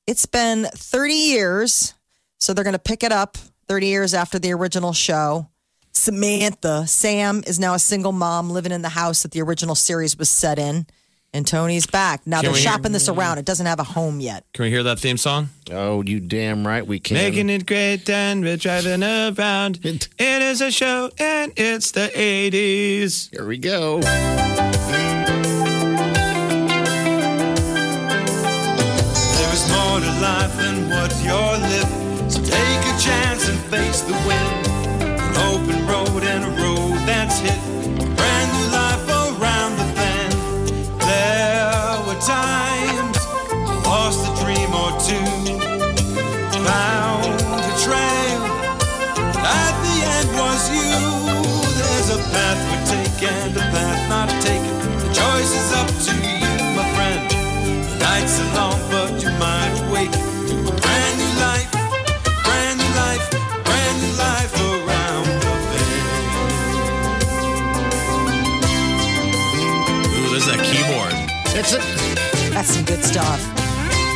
S4: It's been 30 years, so they're going to pick it up 30 years after the original show. Samantha, Sam is now a single mom living in the house that the original series was set in, and Tony's back. Now
S5: Can
S4: they're
S5: we hear-
S4: shopping this around. It doesn't have a home yet.
S5: Can we hear that theme song?
S6: Oh, you damn right we can.
S5: Making it great and we're driving around. It is a show and it's the 80s.
S6: Here we go.
S8: There is more to life than what you're living. So take a chance and face the wind. An open road and a road that's hit. Brand new life around the bend. There were times I lost a dream or two. Found a trail. At the end was you. There's a path we take and a path not taken. The choice is up to you, my friend. Nights are long, but you might wake to a brand new life, brand new life, brand new life around the
S5: Ooh, there's that keyboard.
S6: That's a,
S4: That's some good stuff.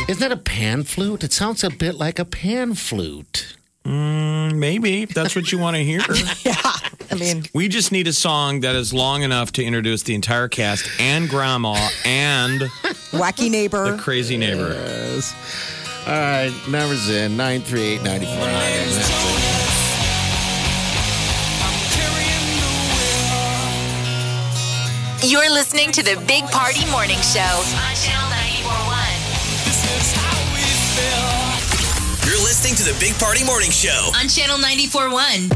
S6: Isn't that a pan flute? It sounds a bit like a pan flute.
S5: Mm, maybe if that's what you want to hear.
S4: I mean,
S5: We just need a song that is long enough to introduce the entire cast and grandma and
S4: wacky neighbor.
S5: the crazy neighbor.
S6: All right, numbers in 938
S3: You're listening to the Big Party Morning Show on Channel 941.
S2: You're listening to the Big Party Morning Show.
S3: On Channel 941.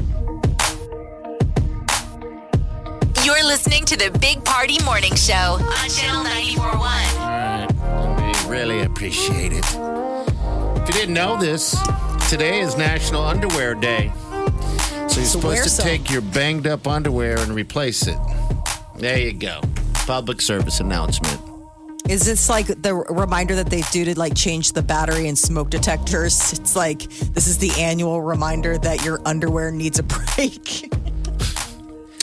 S3: You're listening to the Big Party Morning Show on Channel 941.
S6: All right, we really appreciate it. If you didn't know this, today is National Underwear Day. So you're
S4: So wear
S6: supposed to
S4: some.
S6: take your banged up underwear and replace it. There you go. Public service announcement.
S4: Is this like the reminder that they do to like change the battery and smoke detectors? It's like this is the annual reminder that your underwear needs a break.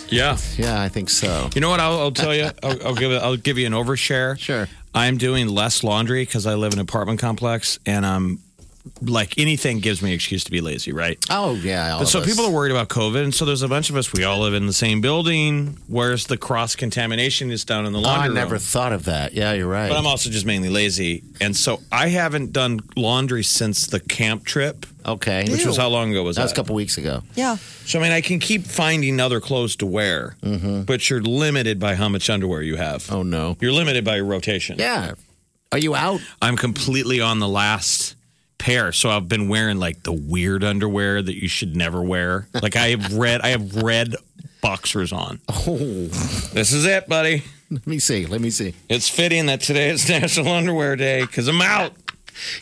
S5: Yeah.
S6: Yeah, I think so.
S5: You know what? I'll, I'll tell you. I'll, I'll give. it- I'll give you an overshare.
S6: Sure.
S5: I'm doing less laundry because I live in an apartment complex, and I'm like anything gives me an excuse to be lazy, right?
S6: Oh, yeah. all
S5: But so
S6: of us.
S5: people are worried about COVID, and so there's a bunch of us. We all live in the same building. Where's the cross contamination is down in the
S6: Oh, I
S5: laundry
S6: never
S5: room.
S6: thought of that. Yeah, you're right.
S5: But I'm also just mainly lazy, and so I haven't done laundry since the camp trip,
S6: okay.
S5: which was
S6: that
S5: how long ago was that?
S6: was a couple weeks ago.
S4: Yeah.
S5: So I mean, I can keep finding other clothes to wear, but you're limited by how much underwear you have.
S6: Oh, no.
S5: You're limited by your rotation.
S6: Yeah. Are you out?
S5: I'm completely on the last pair. So I've been wearing like the weird underwear that you should never wear. Like I have red I have red boxers on.
S6: Oh,
S5: This is it, buddy.
S6: let me see. Let me see.
S5: It's fitting that today is National Underwear Day because I'm out.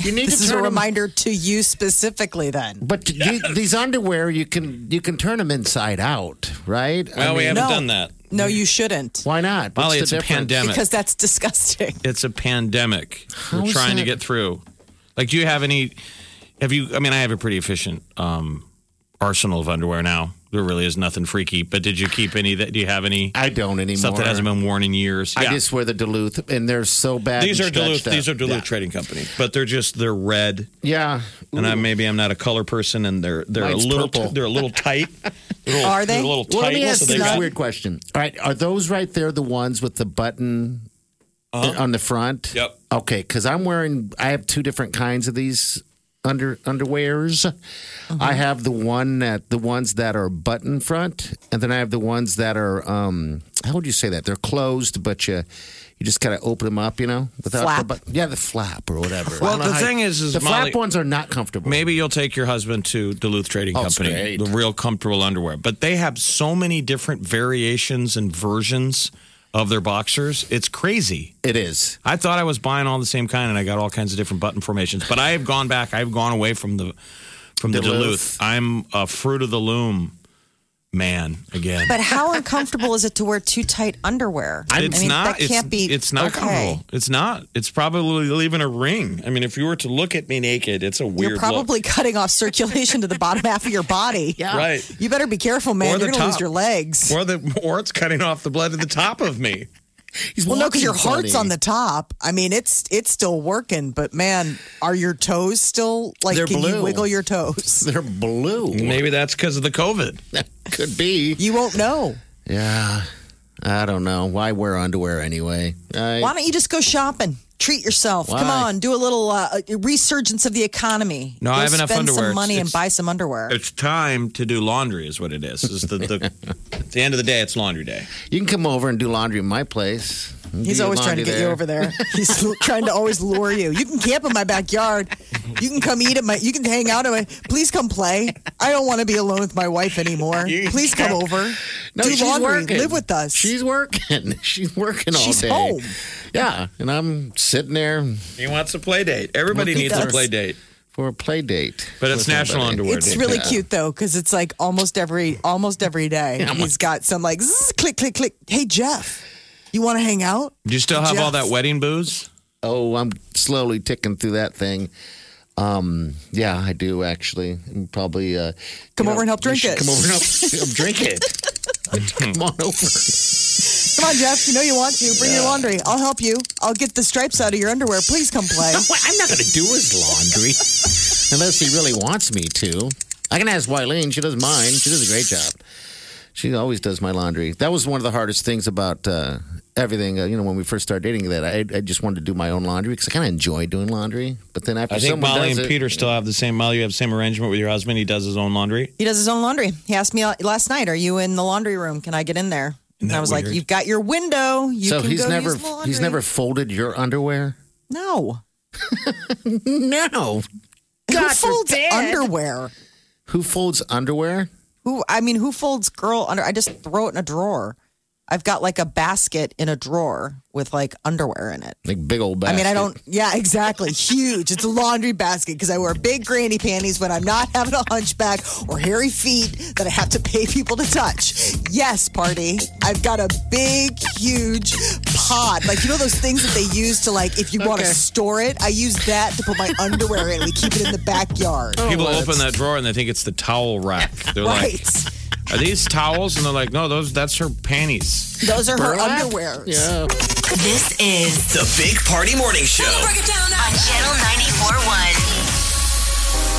S6: You need
S4: This
S6: to
S4: is a
S6: turn 'em-
S4: reminder to you specifically then.
S6: But you, these underwear, you can you can turn them inside out, right? I
S5: Well, we
S6: mean,
S5: haven't
S4: No.
S5: done that.
S4: No, you shouldn't.
S6: why not?
S5: Molly,
S6: What's
S5: it's
S6: the
S5: a
S6: difference?
S5: pandemic.
S4: Because that's disgusting.
S5: It's a pandemic.
S6: How
S5: We're
S6: is
S5: trying to
S6: that-
S5: get through. Like, do you have any? Have you? I mean, I have a pretty efficient um, arsenal of underwear now. There really is nothing freaky. But did you keep any that? Do you have any?
S6: I don't anymore.
S5: Stuff that hasn't been worn in years.
S6: I just wear the Duluth, and they're so bad.
S5: these
S6: and
S5: are Duluth.
S6: stretched up.
S5: These are Duluth
S6: Yeah.
S5: Trading Company, but they're just they're red.
S6: Yeah,
S5: And I, maybe I'm not a color person, and they're they're
S6: Mine's
S5: a little
S6: purple.
S5: they're a little tight. They're a little-
S6: Are
S5: they're
S6: they?
S5: a little tight?
S6: Well, let me ask
S5: so
S6: you
S5: they
S6: this
S5: got-
S6: weird question. All right, are those right there the ones with the button
S5: Uh-huh.
S6: on the front? Yep. Okay, because I'm wearing. I have two different kinds of these under underwears. I
S4: Mm-hmm.
S6: have the one that the ones that are button front, and then I have the ones that are. um How would you say that? They're closed, but you you just kind of open them up, you know,
S5: Flap.
S6: the button. Yeah, the flap or whatever. I
S5: Well,
S6: don't know
S5: the
S6: how
S5: thing
S6: you-
S5: is, is
S6: the flap
S5: Molly-
S6: ones are not comfortable.
S5: Maybe you'll take your husband to Duluth Trading
S6: Oh, it's
S5: Company,
S6: great.
S5: the real comfortable underwear. But they have so many different variations and versions of their boxers. It's crazy.
S6: It is.
S5: I thought I was buying all the same kind, and I got all kinds of different button formations. But I have gone back. I've gone away from the from the
S4: Duluth.
S5: Duluth. I'm a fruit of the loom man again.
S4: But how uncomfortable is it to wear too tight underwear? I
S5: it's
S4: mean,
S5: not.
S4: That
S5: it's,
S4: can't be.
S5: It's not
S4: okay.
S5: comfortable. It's not. It's probably leaving a ring. I mean, if you were to look at me naked, it's a weird.
S4: You're
S5: look.
S4: probably cutting off circulation to the bottom half of your body.
S5: Yeah. Right.
S4: You better be careful, man.
S5: Or the
S4: You're gonna lose
S5: top.
S4: your legs.
S5: Or the or it's cutting off the blood at the top of me.
S4: well, no, because your heart's on the top. I mean, it's it's still working, but man, are your toes still like?
S5: They're
S4: can you
S5: blue.
S4: wiggle your toes?
S6: They're blue.
S5: Maybe that's because of the COVID.
S6: That could be.
S4: You won't know.
S6: Yeah. I don't know. Why wear underwear anyway? I,
S4: Why don't you just go shopping? Treat yourself. Come
S6: Why?
S4: on, do a little uh, resurgence of the economy.
S5: No,
S4: go
S5: I have enough
S4: spend
S5: underwear.
S4: some money and
S5: It's-
S4: buy some underwear.
S5: It's time to do laundry, is what it is. Is the, the at the end of the day, it's laundry day.
S6: you can come over and do laundry in my place. You
S4: He's
S6: do your
S4: always trying to
S6: laundry
S4: get you over there. He's l- trying to always lure you. You can camp in my backyard. You can come eat at my. You can hang out at my. Please come play. I don't want to be alone with my wife anymore. Please come over.
S6: No,
S4: Do
S6: she's
S4: laundry.
S6: working.
S4: Live with us.
S6: She's working. She's working all
S4: She's
S6: day.
S4: home.
S6: Yeah, and I'm sitting there.
S5: He wants a play date. Everybody
S6: He
S5: needs
S6: does.
S5: a play date.
S6: For a play date.
S5: But it's
S6: With
S5: National
S6: everybody.
S5: Underwear
S4: It's really cute though, because it's like almost every almost every day.
S5: Yeah, I'm
S4: He's got some like zzz, click click click. Hey Jeff, you want to hang out?
S5: Do you still have all
S4: Jeff.
S5: that wedding booze?
S6: Oh, I'm slowly ticking through that thing. Um, yeah, I do actually. Probably uh,
S4: Come
S6: you
S4: over and help
S6: you
S4: drink
S6: should
S4: it.
S6: Come over and help, help drink it. come on over.
S4: Come on, Jeff. You know you want to. Bring your laundry. I'll help you. I'll get the stripes out of your underwear. Please come play.
S6: I'm not going to do his laundry unless he really wants me to. I can ask Wileen. She does mine. She does a great job. She always does my laundry. That was one of the hardest things about uh, everything. Uh, you know, when we first started dating, that I, I just wanted to do my own laundry because I kind of enjoy doing laundry. But then after
S5: I think
S6: someone
S5: Molly
S6: does
S5: and
S6: it-
S5: Peter still have the same. Molly, you have the same arrangement with your husband. He does his own laundry.
S4: He does his own laundry. He asked me uh, last night, "Are you in the laundry room? Can I get in there?" And I was like,
S6: weird?
S4: "You've got your window. You
S6: so
S4: can
S6: he's
S4: go
S6: never
S4: use the laundry."
S6: he's never folded your underwear.
S4: no.
S6: no.
S4: who folds underwear?
S6: Who folds underwear?
S4: Who? I mean, who folds girl under? I just throw it in a drawer. I've got like a basket in a drawer with like underwear in it.
S6: Like big old. Basket.
S4: I mean, I don't. Yeah, exactly. Huge. It's a laundry basket because I wear big granny panties when I'm not having a hunchback or hairy feet that I have to pay people to touch. Yes, party. I've got a big, huge pod. Like you know those things that they use to like if you want to
S5: Okay.
S4: store it. I use that to put my underwear in. We keep it in the backyard.
S5: People open that drawer and they think it's the towel rack. They're like,
S4: Right.
S5: "Are these towels?" And they're like, "No, those that's her panties."
S4: Those are her
S5: Burlap?
S4: underwears.
S6: Yeah.
S3: This is
S2: The Big Party Morning Show.
S3: on Channel 94.1.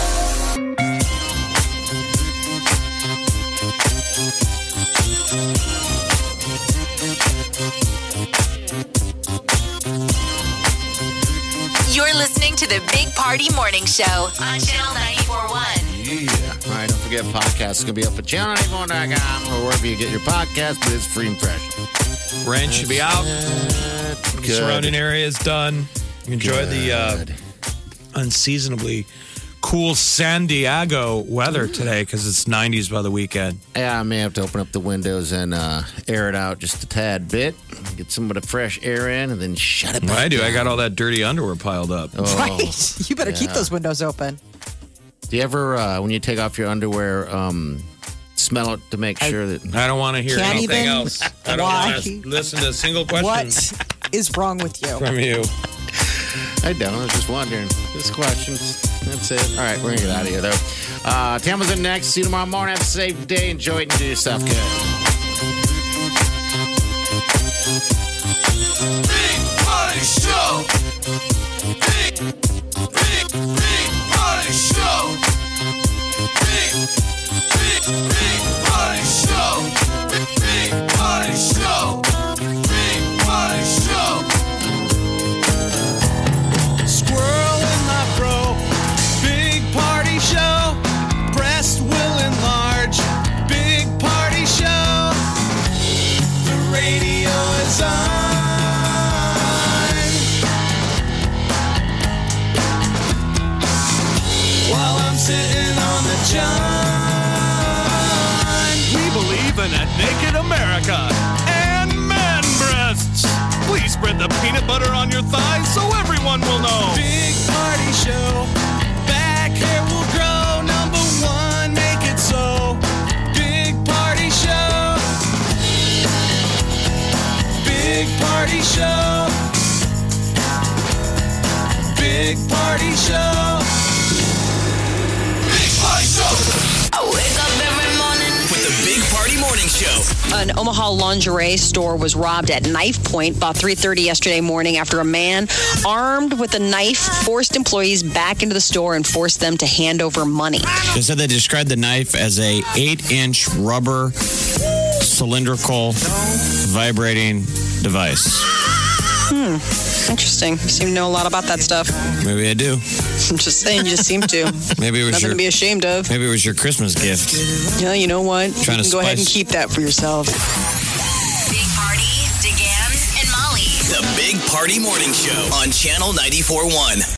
S3: You're listening to the Big Party Morning Show on Channel 94.1.
S6: Yeah. All right, don't forget, podcast is going to be up at channel94.com or wherever you get your podcast, but it's free and fresh.
S5: Rent should be out. The
S6: Good.
S5: surrounding area is done. Enjoy the uh, unseasonably cool San Diego weather today because it's 90s by the weekend.
S6: Yeah, I may have to open up the windows and uh, air it out just a tad bit, get some of the fresh air in, and then shut it back
S5: What I do, I
S6: down.
S5: got all that dirty underwear piled up.
S4: Right. You better keep
S6: Yeah.
S4: those windows open.
S6: Do you ever, uh, when you take off your underwear, um, smell it to make sure that.
S5: I don't want to hear
S4: Can't
S5: anything
S4: even-
S5: else. I don't
S4: Why?
S5: want to listen to a single question
S4: What is wrong with you?
S5: from you.
S6: I don't. I was just wondering. Just questions. That's it. All right, we're going to get out of here, though. Uh, Tampa's in next. See you tomorrow morning. Have a safe day. Enjoy it and do yourself good.
S8: Big Party Show. Big, big, big Party Show. Big, big, big Party Show. Big, big Party Show. Big Party Show. Squirrel in my bro. Big Party Show. Breast will enlarge. Big Party Show. The radio is on. While I'm sitting on the john.
S16: We believe in a naked America and man breasts. Please spread the peanut butter on your thighs so everyone will know.
S8: Big party show. Back hair will grow. Number one, make it so. Big party show. Big party show. Big party show. Big party show.
S3: I wake up every morning.
S2: With the Big Party Morning Show.
S7: An Omaha lingerie store was robbed at knife point about 3:30 yesterday morning after a man armed with a knife forced employees back into the store and forced them to hand over money.
S5: They said they described the knife as a eight-inch rubber cylindrical vibrating device.
S7: Hmm. Interesting. You seem to know a lot about that stuff.
S5: Maybe I do.
S7: I'm just saying, you just seem to.
S5: Maybe it was
S7: Nothing
S5: your
S7: to be ashamed of.
S5: Maybe it was your Christmas gift.
S7: Yeah, you know what?
S5: Trying
S7: you can
S5: to
S7: go ahead and
S5: spice-
S7: keep that for yourself.
S3: Big Party, DeGan, and Molly.
S2: The Big Party Morning Show on Channel 94.1.